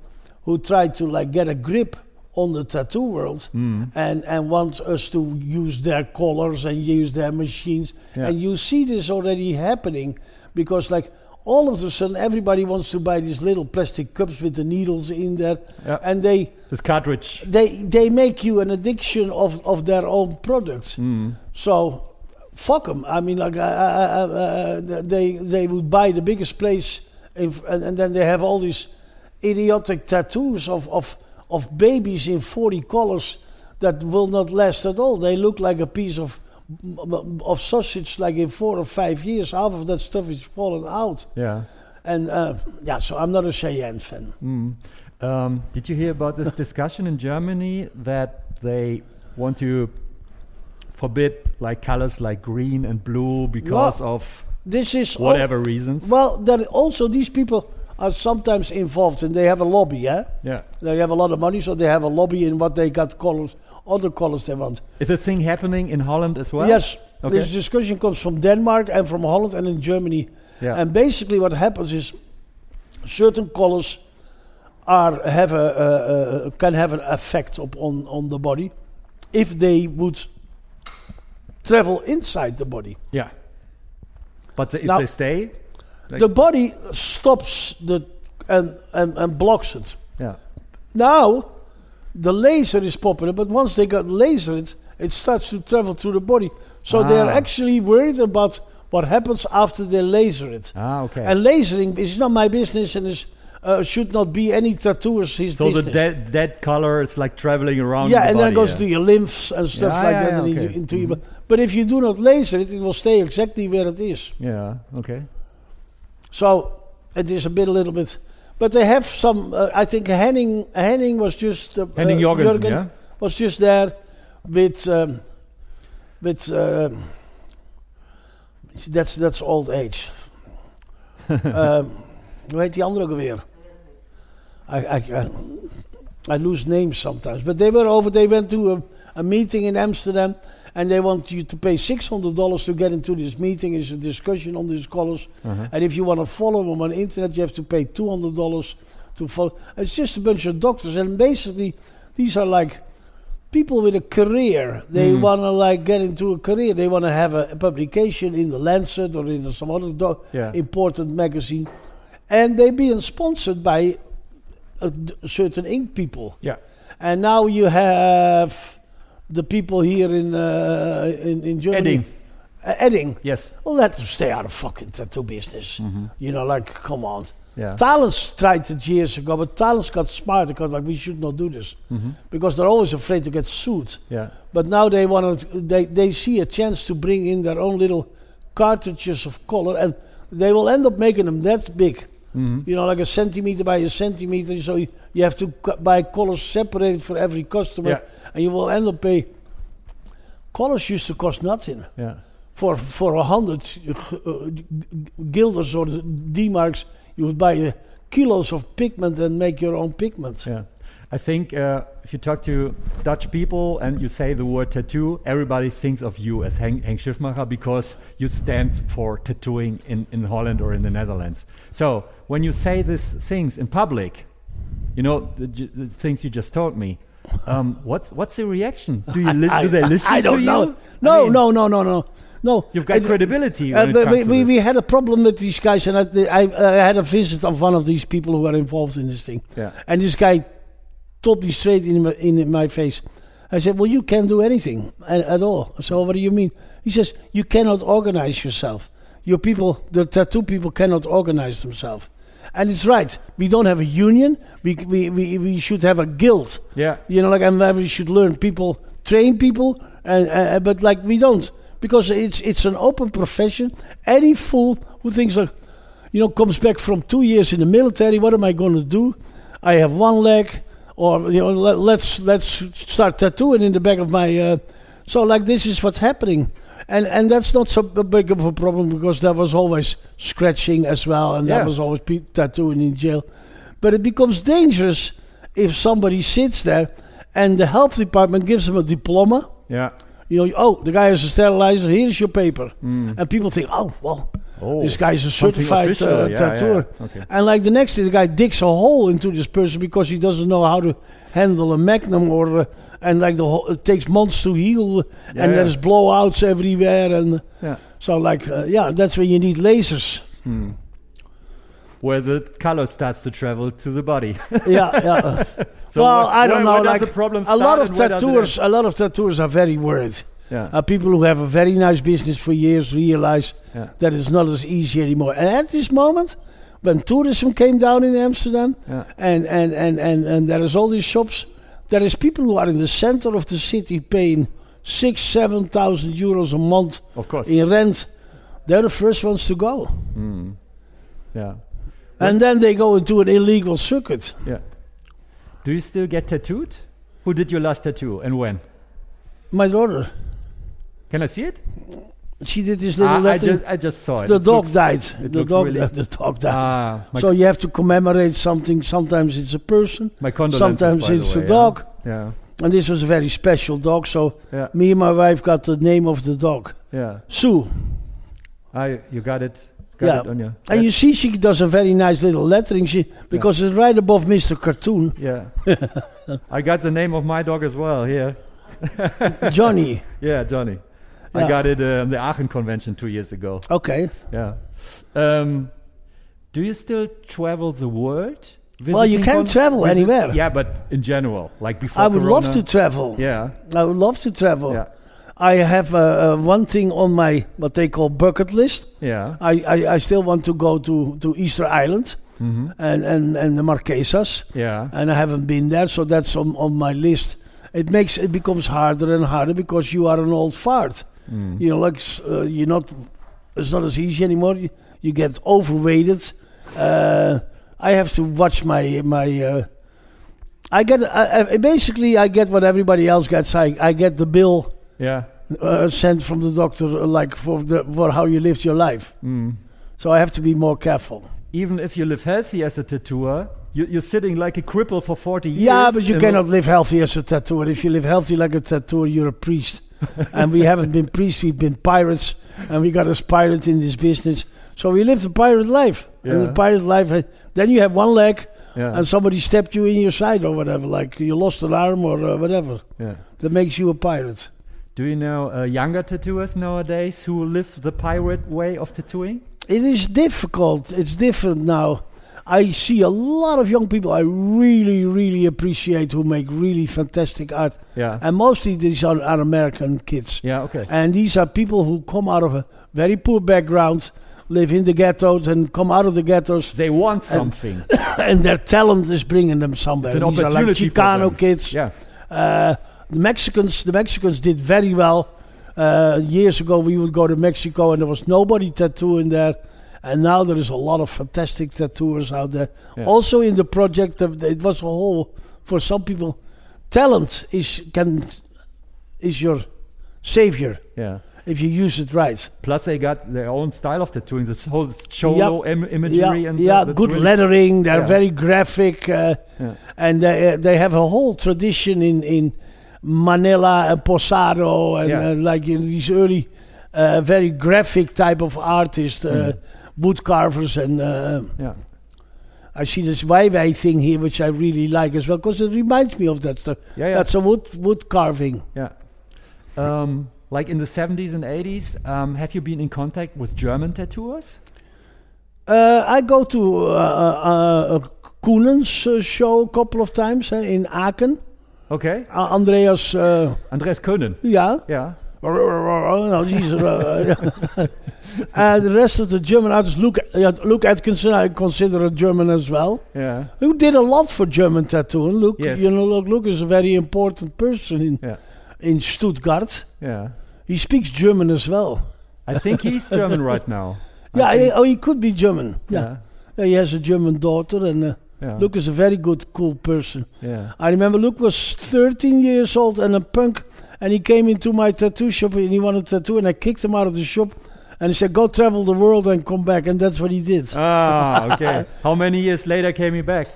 who try to like get a grip on the tattoo world
Hmm.
and and want us to use their colors and use their machines.
Yeah.
And you see this already happening because like. All of a sudden, everybody wants to buy these little plastic cups with the needles in there,
Yeah.
and they
This cartridge.
they they make you an addiction of, of their own products. So fuck them. I mean, like uh, uh, uh, they they would buy the biggest place, if, and, and then they have all these idiotic tattoos of of of babies in forty colors that will not last at all. They look like a piece of of sausage, like in four or five years, half of that stuff is fallen out
Yeah.
And uh, yeah, so I'm not a Cheyenne fan.
Mm. Um, did you hear about this discussion in Germany that they want to forbid like colors like green and blue because of
This is all-
whatever reasons?
oh, well, then also these people are sometimes involved, and they have a lobby. Eh?
yeah.
They have a lot of money, so they have a lobby in what they got colors, other colors they want.
Is a thing happening in Holland as well?
yes,
Okay.
this discussion comes from Denmark and from Holland and in Germany.
Yeah.
And basically, what happens is certain colors are have a, uh, uh, can have an effect up on, on the body if they would travel inside the body.
yeah. But if
Now-
they stay, Like-
the body stops the and, and, and blocks it.
yeah.
Now, the laser is popular, but once they got lasered, it starts to travel through the body. So they are
Ah.
actually worried about what happens after they laser it.
Ah, okay.
And lasering is not my business and is, uh, should not be any tattooers his
so
business.
the dead dead color is like traveling around.
yeah,
the
and then
body,
it goes to
yeah.
your lymphs and stuff
Yeah,
like
yeah,
that.
yeah,
and
okay. Mm-hmm.
into, into your, bu- but if you do not laser it, it will stay exactly where it is.
Yeah. Okay.
So it is a bit, a little bit. But they have some. Uh, I think Henning Henning was just uh,
Henning
uh,
Jorgensen,
Jurgen
yeah.
was just there with um, with. um that's that's old age. um, hoe heet die andere ook alweer? I, I, I, I lose names sometimes. But they were over. They went to a, a meeting in Amsterdam, and they want you to pay six hundred dollars to get into this meeting. It's a discussion on these colors.
Uh-huh.
And if you want to follow them on internet, you have to pay two hundred dollars to follow. It's just a bunch of doctors, and basically, these are like people with a career. They
Mhm.
want to like get into a career. They want to have a, a publication in the Lancet or in some other doc-
Yeah.
important magazine, and they're being sponsored by a d- certain ink people.
Yeah.
And now you have the people here in uh, in, in Germany.
Edding.
Uh, Edding.
Yes.
Well, let them stay out of fucking tattoo business. You know, like, come on.
Mm-hmm. Yeah.
Talents tried it years ago, but Talents got smart because, like, we should not do this. Because they're always afraid to get sued.
Mm-hmm. Yeah.
But now they want to, they, they see a chance to bring in their own little cartridges of color, and they will end up making them that big. You know, like a centimeter by a centimeter. So you, you have to c- buy colors separated for every customer,
Yeah.
and you will end up pay. Colors used to cost nothing
Yeah.
for for a hundred uh, g- g- guilders or D-marks, you would buy uh, kilos of pigment and make your own pigment.
Yeah. I think uh, if you talk to Dutch people and you say the word tattoo, everybody thinks of you as Henk, Henk Schiffmacher because you stand for tattooing in, in Holland or in the Netherlands. So when you say these things in public, you know, the, ju- the things you just told me, um, what's, what's the reaction? Do, you li- do they listen
I don't
to
know.
you?
No,
I mean,
no, no, no, no, no.
You've got
I-
credibility.
Uh,
when it
but
comes
we,
to
we,
this.
we had a problem with these guys, and I, I, I had a visit of one of these people who are involved in this thing.
Yeah.
And this guy told me straight in my, in my face. I said, "Well, you can't do anything at, at all." So what do you mean? He says, "You cannot organize yourself. Your people, the tattoo people, cannot organize themselves." And it's right. We don't have a union. We we we, we should have a guild.
Yeah.
You know, like and then we should learn people, train people, and uh, but like we don't because it's it's an open profession. Any fool who thinks like, you know, comes back from two years in the military. What am I going to do? I have one leg, or you know, let, let's let's start tattooing in the back of my. Uh, so like this is what's happening. And, and that's not so b- big of a problem because there was always scratching as well, and
Yeah.
there was always pe- tattooing in jail. But it becomes dangerous if somebody sits there and the health department gives them a diploma.
Yeah.
You know, oh, the guy has a sterilizer, here's your paper. And people think, oh, well,
Hmm. Oh,
this guy is a
something
certified
official,
uh,
yeah,
tattooer.
yeah, okay.
And like the next day, the guy digs a hole into this person because he doesn't know how to handle a magnum or. Uh, and like the whole, it takes months to heal,
Yeah,
and
yeah.
there's blowouts everywhere, and
Yeah.
so like uh, yeah, that's when you need lasers.
Where the color starts to travel to the body.
yeah, yeah.
So
well,
where-
I don't
where-
know.
where does
like
the problem
a lot
start
of
and where does it
tattooers, a lot of tattooers are very worried.
Yeah.
Uh, people who have a very nice business for years realize
Yeah.
that it's not as easy anymore. And at this moment, when tourism came down in Amsterdam,
Yeah.
and, and, and, and, and there is all these shops, there is people who are in the center of the city paying six, seven thousand euros a month
Of course.
in rent. They're the first ones to go.
Yeah.
And then they go into an illegal circuit.
Yeah. Do you still get tattooed? Who did your last tattoo and when?
My daughter,
Can I see it?
she did this little
Ah, I
letter.
just I just saw it.
the
It
dog
looks-
died.
it
The
looks
dog,
really-
died. the dog died.
Ah, my,
so you have to commemorate something. Sometimes it's a person.
my condolences.
Sometimes
by the
it's
way,
a
yeah.
dog.
Yeah,
And this was a very special dog. So
yeah,
me and my wife got the name of the dog,
yeah.
Sue.
I you got it. Got
Yeah.
it on you.
And you see, she does a very nice little lettering. She because it's right above Mr. Cartoon,
Yeah. I got the name of my dog as well here.
Johnny.
Yeah, Johnny.
Yeah.
I got it uh, the Aachen convention two years ago.
Okay.
Yeah. Um, do you still travel the world?
Well, you
Visiting
can
con-
travel
visit-
anywhere.
Yeah, but in general, like before.
I would love to
Corona.
travel.
Yeah.
I would love to travel.
Yeah.
I have uh, uh, one thing on my what they call bucket list.
Yeah.
I, I, I still want to go to, to Easter Island
Mhm.
and, and, and the Marquesas,
Yeah.
and I haven't been there, so that's on, on my list. It makes it becomes harder and harder because you are an old fart.
Mm.
You know, like s- uh, you're not. It's not as easy anymore. You, you get overweighted. Uh, I have to watch my my. Uh, I get I, I, basically I get what everybody else gets. I I get the bill
Yeah.
uh, sent from the doctor, uh, like for the for how you lived your life.
Mm.
So I have to be more careful.
Even if you live healthy as a tattooer, you, you're sitting like a cripple for 40 years.
yeah, but you
in-
cannot live healthy as a tattooer. If you live healthy like a tattooer, you're a priest. and we haven't been priests, we've been pirates. And we got us pirate in this business. So we lived a pirate life. And the
Yeah.
pirate life, uh, then you have one leg
Yeah.
and somebody stepped you in your side or whatever. Like you lost an arm or uh, whatever.
yeah.
That makes you a pirate.
Do you know uh, younger tattooers nowadays who live the pirate way of tattooing?
It is difficult. It's different now. I see a lot of young people I really, really appreciate who make really fantastic art.
Yeah.
And mostly these are, are American kids.
yeah, okay.
And these are people who come out of a very poor background, live in the ghettos, and come out of the ghettos,
They want something.
and their talent is bringing them somewhere.
It's an
these
opportunity
are
for
like Chicano
them.
kids.
yeah.
Uh, the Mexicans, the Mexicans did very well. Uh, years ago, we would go to Mexico, and there was nobody tattooing there. And now there is a lot of fantastic tattooers out there.
Yeah.
Also in the project, of it was a whole for some people. Talent is can is your savior
Yeah.
if you use it right.
Plus, they got their own style of tattooing. This whole cholo im- imagery
yeah,
and
yeah,
stuff, that's
good
really-
lettering. They're
yeah.
very graphic, uh,
Yeah.
and they, they have a whole tradition in in Manila and Posado and
Yeah.
uh, like in these early, uh, very graphic type of artists, uh,
Mm-hmm.
wood carvers, and uh,
Yeah,
I see this Waiwai thing here, which I really like as well because it reminds me of that stuff.
yeah, yeah.
That's a wood wood carving.
yeah. Um, like in the 70s and 80s, um, have you been in contact with German tattooers?
Uh, I go to uh, uh, uh, Koenen's uh, show a couple of times uh, in Aachen.
Okay.
Uh, Andreas, uh,
Andreas Köhnen.
yeah.
Yeah. nou,
no, these are, uh, and the rest of the German artists, Luke, yeah, Luke Atkinson, I consider a German as well,
Yeah.
who did a lot for German tattooing. Luke,
Yes.
you know, Luke, Luke is a very important person in,
Yeah.
in Stuttgart.
Yeah.
He speaks German as well.
I think he's German right now. I
yeah, he,
think-
oh, he could be German. Yeah.
yeah.
Yeah, he has a German daughter, and uh,
Yeah.
Luke is a very good, cool person.
Yeah.
I remember Luke was 13 years old and a punk, and he came into my tattoo shop and he wanted a tattoo, and I kicked him out of the shop, and he said, "Go travel the world and come back," and that's what he did.
Ah, okay. How many years later came he back?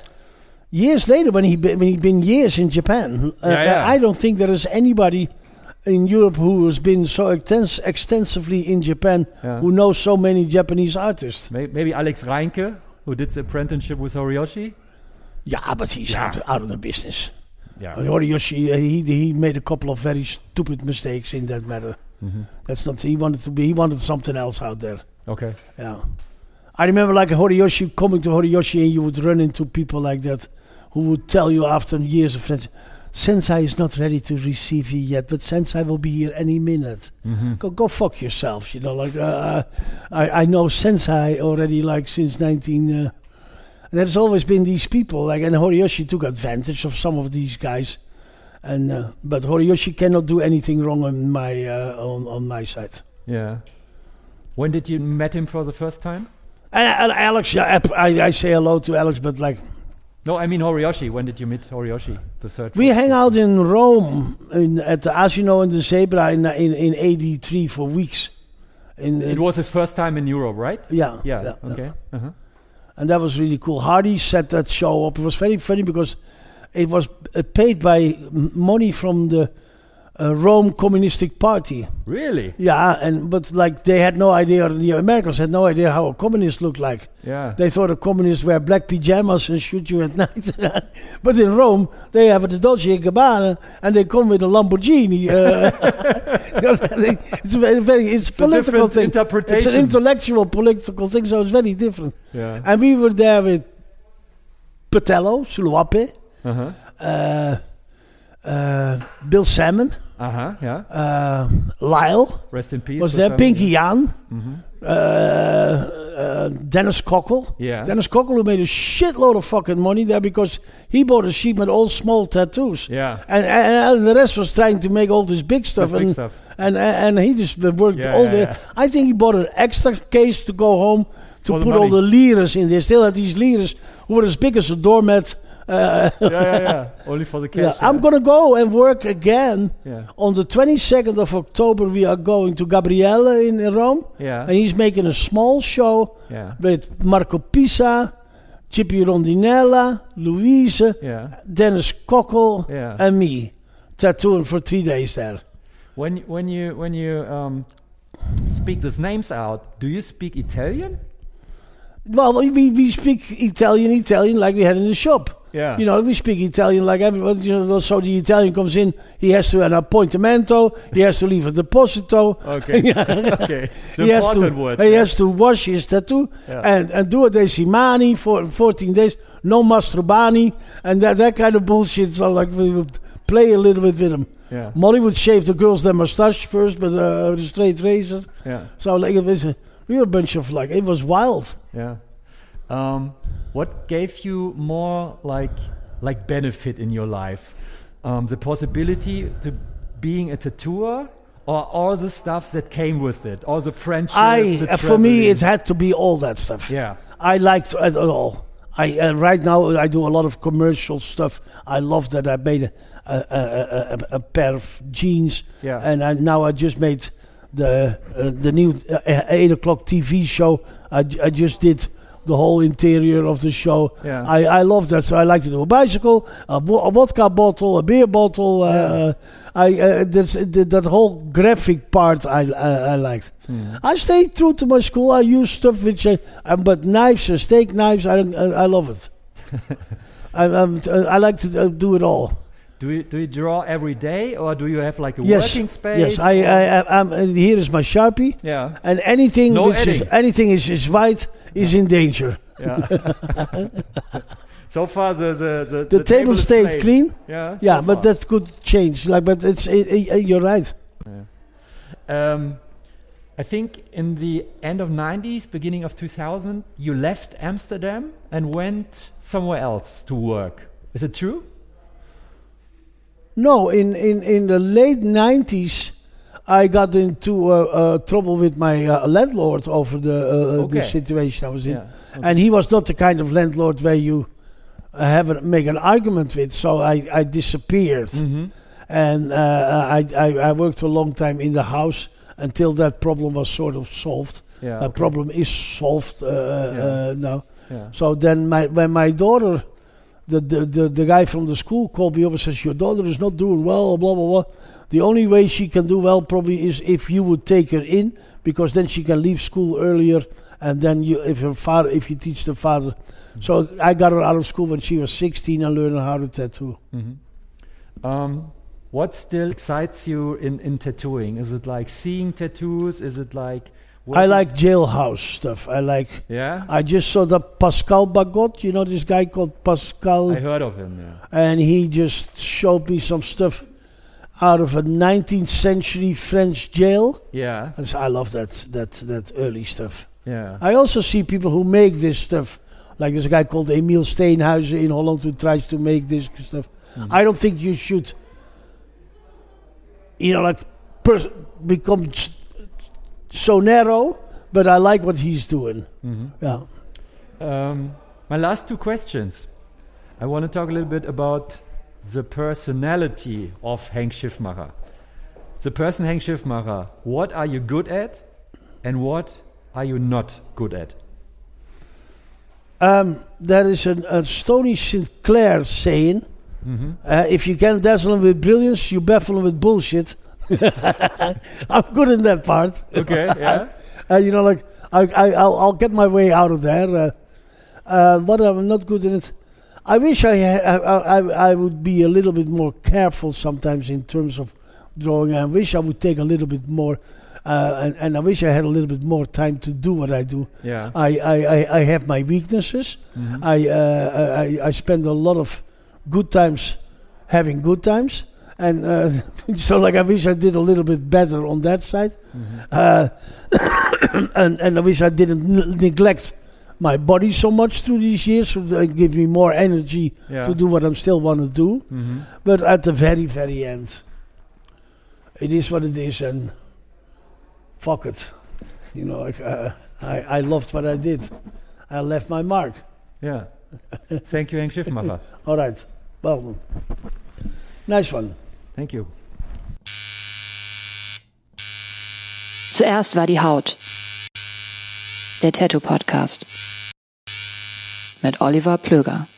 years later, when he be, when he'd been years in Japan, uh,
Yeah, yeah.
I don't think there is anybody in Europe who has been so extens- extensively in Japan
Yeah.
who knows so many Japanese artists.
May- Maybe Alex Reinke, who did the apprenticeship with Horiyoshi?
Yeah, but he's out, out of the business.
Yeah.
Horiyoshi, uh, he he made a couple of very stupid mistakes in that matter. That's not he wanted to be. He wanted something else out there.
Okay.
Yeah, I remember like Horiyoshi coming to Horiyoshi, and you would run into people like that who would tell you after years of friendship, "Sensei is not ready to receive you yet, but Sensei will be here any minute." Go go fuck yourself, you know. Like uh, I I know Sensei already like since nineteen. Uh, and there's always been these people like, and Horiyoshi took advantage of some of these guys. And uh, but Horiyoshi cannot do anything wrong on my uh, on, on my side.
Yeah. When did you met him for the first time?
And uh, Alex, yeah, I, I say hello to Alex, but like
No, I mean Horiyoshi. When did you meet Horiyoshi? The third.
we
one?
hang out in Rome in, at the Asino and the Zebra in in, in '83 for weeks. In,
It
in-
was his first time in Europe, right?
yeah,
Yeah. okay. Uh-huh.
and that was really cool. Hardy set that show up. It was very funny because it was uh, paid by m- money from the uh, Rome Communistic Party.
Really?
Yeah, and but like they had no idea. The Americans had no idea how a communist looked like.
Yeah.
They thought the communists wear black pajamas and shoot you at night. but in Rome, they have the Dolce and Gabbana, and they come with a Lamborghini. Uh, it's a very, very it's, a political
different
thing. It's
interpretation.
an intellectual political thing, so it's very different.
yeah.
And we were there with Patello, Suluape,
Uh huh.
uh, uh, Bill Salmon,
Uh huh. Yeah.
uh, Lyle
Rest in peace.
was
for
there,
some-
Pinky Jan,
Mhm.
uh, uh, Dennis Cockle.
Yeah.
Dennis Cockle, who made a shitload of fucking money there because he bought a sheep with all small tattoos.
Yeah.
And, and, and the rest was trying to make all this big stuff.
That's big
and,
stuff.
And, and and he just worked
Yeah,
all
yeah,
day.
yeah.
I think he bought an extra case to go home to
All the
put all
money.
the leaders in. They still had these leaders who were as big as a doormat. Uh,
Yeah, yeah, yeah. Only for the
yeah,
cash.
I'm gonna go and work again.
Yeah.
On the 22nd of October, we are going to Gabriele in, in Rome,
Yeah.
and he's making a small show
Yeah.
with Marco Pisa, Chippy Rondinella, Louise,
Yeah.
Dennis Cockle,
Yeah.
and me, tattooing for three days there.
When when you when you um, speak these names out, do you speak Italian?
Well, we, we we speak Italian, Italian like we had in the shop.
Yeah.
You know, we speak Italian like everyone. You know, so the Italian comes in, he has to an appointamento, he has to leave a deposito.
Okay. okay. The
he has to,
important words.
He has to wash his tattoo
Yeah.
and, and do a decimani for 14 days, no masturbani, and that, that kind of bullshit. So, like, we would play a little bit with him.
Yeah.
Molly would shave the girls their mustache first with a, with a straight razor.
Yeah.
So, like, it was a, we were a bunch of, like, it was wild.
Yeah. Um, what gave you more like like benefit in your life? Um, the possibility to being a tattooer or all the stuff that came with it, all the friendships.
I,
the
uh, for me,
traveling?
it had to be all that stuff.
yeah.
I liked it all. I uh, right now I do a lot of commercial stuff. I love that I made a a, a, a, a pair of jeans,
Yeah.
and I, now I just made the uh, the new uh, uh, eight o'clock TV show. I, ju- I just did the whole interior of the show.
Yeah.
I, I love that. So I like to do a bicycle, a, bo- a vodka bottle, a beer bottle. Uh, I uh, that's, that, that whole graphic part I I, I liked.
Hmm.
I stayed true to my school. I use stuff which I, um, but knives and steak knives. I don't- I, I love it. I, I'm, I like to uh, do it all.
Do you do you draw every day or do you have like a
Yes,
working space?
yes. I, I, I I'm, and here is my sharpie,
yeah.
and anything
No
which is,
adding.
anything is, is white is in danger.
Yeah. so far the the the,
The, table,
is
stayed
plain.
clean.
Yeah.
Yeah,
so
but
far.
that could change. Like, but it's i i you're right.
Um, I think in the end of 90s, beginning of 2000, you left Amsterdam and went somewhere else to work. Is it true?
No, in, in, in the late 90s, I got into uh, uh, trouble with my uh, landlord over the, uh, uh, the
Okay.
situation I was in. And he was not the kind of landlord where you uh, have a, make an argument with, so I, I disappeared.
Mm-hmm.
And uh, I, I, I worked a long time in the house until that problem was sort of solved.
Yeah.
That problem is solved uh, uh, now.
yeah.
So then my when my daughter, the, the, the, the guy from the school called me over and says, Your daughter is not doing well, blah, blah, blah. The only way she can do well probably is if you would take her in, because then she can leave school earlier and then you if her father if you teach the father. So I got her out of school when she was sixteen and learned how to tattoo.
Um, what still excites you in, in tattooing? Is it like seeing tattoos? Is it like.
I
working-
like jailhouse stuff. I like
Yeah?
I just saw that Pascal Bagot, you know this guy called Pascal
I heard of him, yeah.
and he just showed me some stuff out of a 19th century French jail.
Yeah.
And so I love that that that early stuff.
Yeah.
I also see people who make this stuff, like this guy called Emil Steenhuizen in Holland, who tries to make this stuff. I don't think you should, you know, like pers- become s- so narrow but I like what he's doing. Yeah.
Um, my last two questions. I want to talk a little bit about the personality of Henk Schiffmacher. The person Henk Schiffmacher, what are you good at and what are you not good at?
Um, there is an, a Stony Sinclair saying: uh, "If you can dazzle him with brilliance, you baffle him with bullshit." I'm good in that part.
Okay, yeah.
Uh, you know, like I, I, I'll, I'll get my way out of there. Uh, uh, what I'm not good in it. I wish I, ha- I, I I- I would be a little bit more careful sometimes in terms of drawing. I wish I would take a little bit more, uh, and, and I wish I had a little bit more time to do what I do.
Yeah. Mm-hmm.
I, I, I, I have my weaknesses. I, uh, I I spend a lot of good times having good times, and uh, so like I wish I did a little bit better on that side, uh, and and I wish I didn't n- neglect my body so much through these years, so that it gave me more energy
Yeah.
to do what I'm still want to do.
Mhm.
But at the very very end, it is what it is, and fuck it. You know, like, uh, I I loved what I did. I left my mark.
Yeah. Thank you, Henk Schiffmacher.
All right. Well done. Nice one.
Thank you.
Zuerst war die Haut. Der Tattoo Podcast. Mit Oliver Plöger.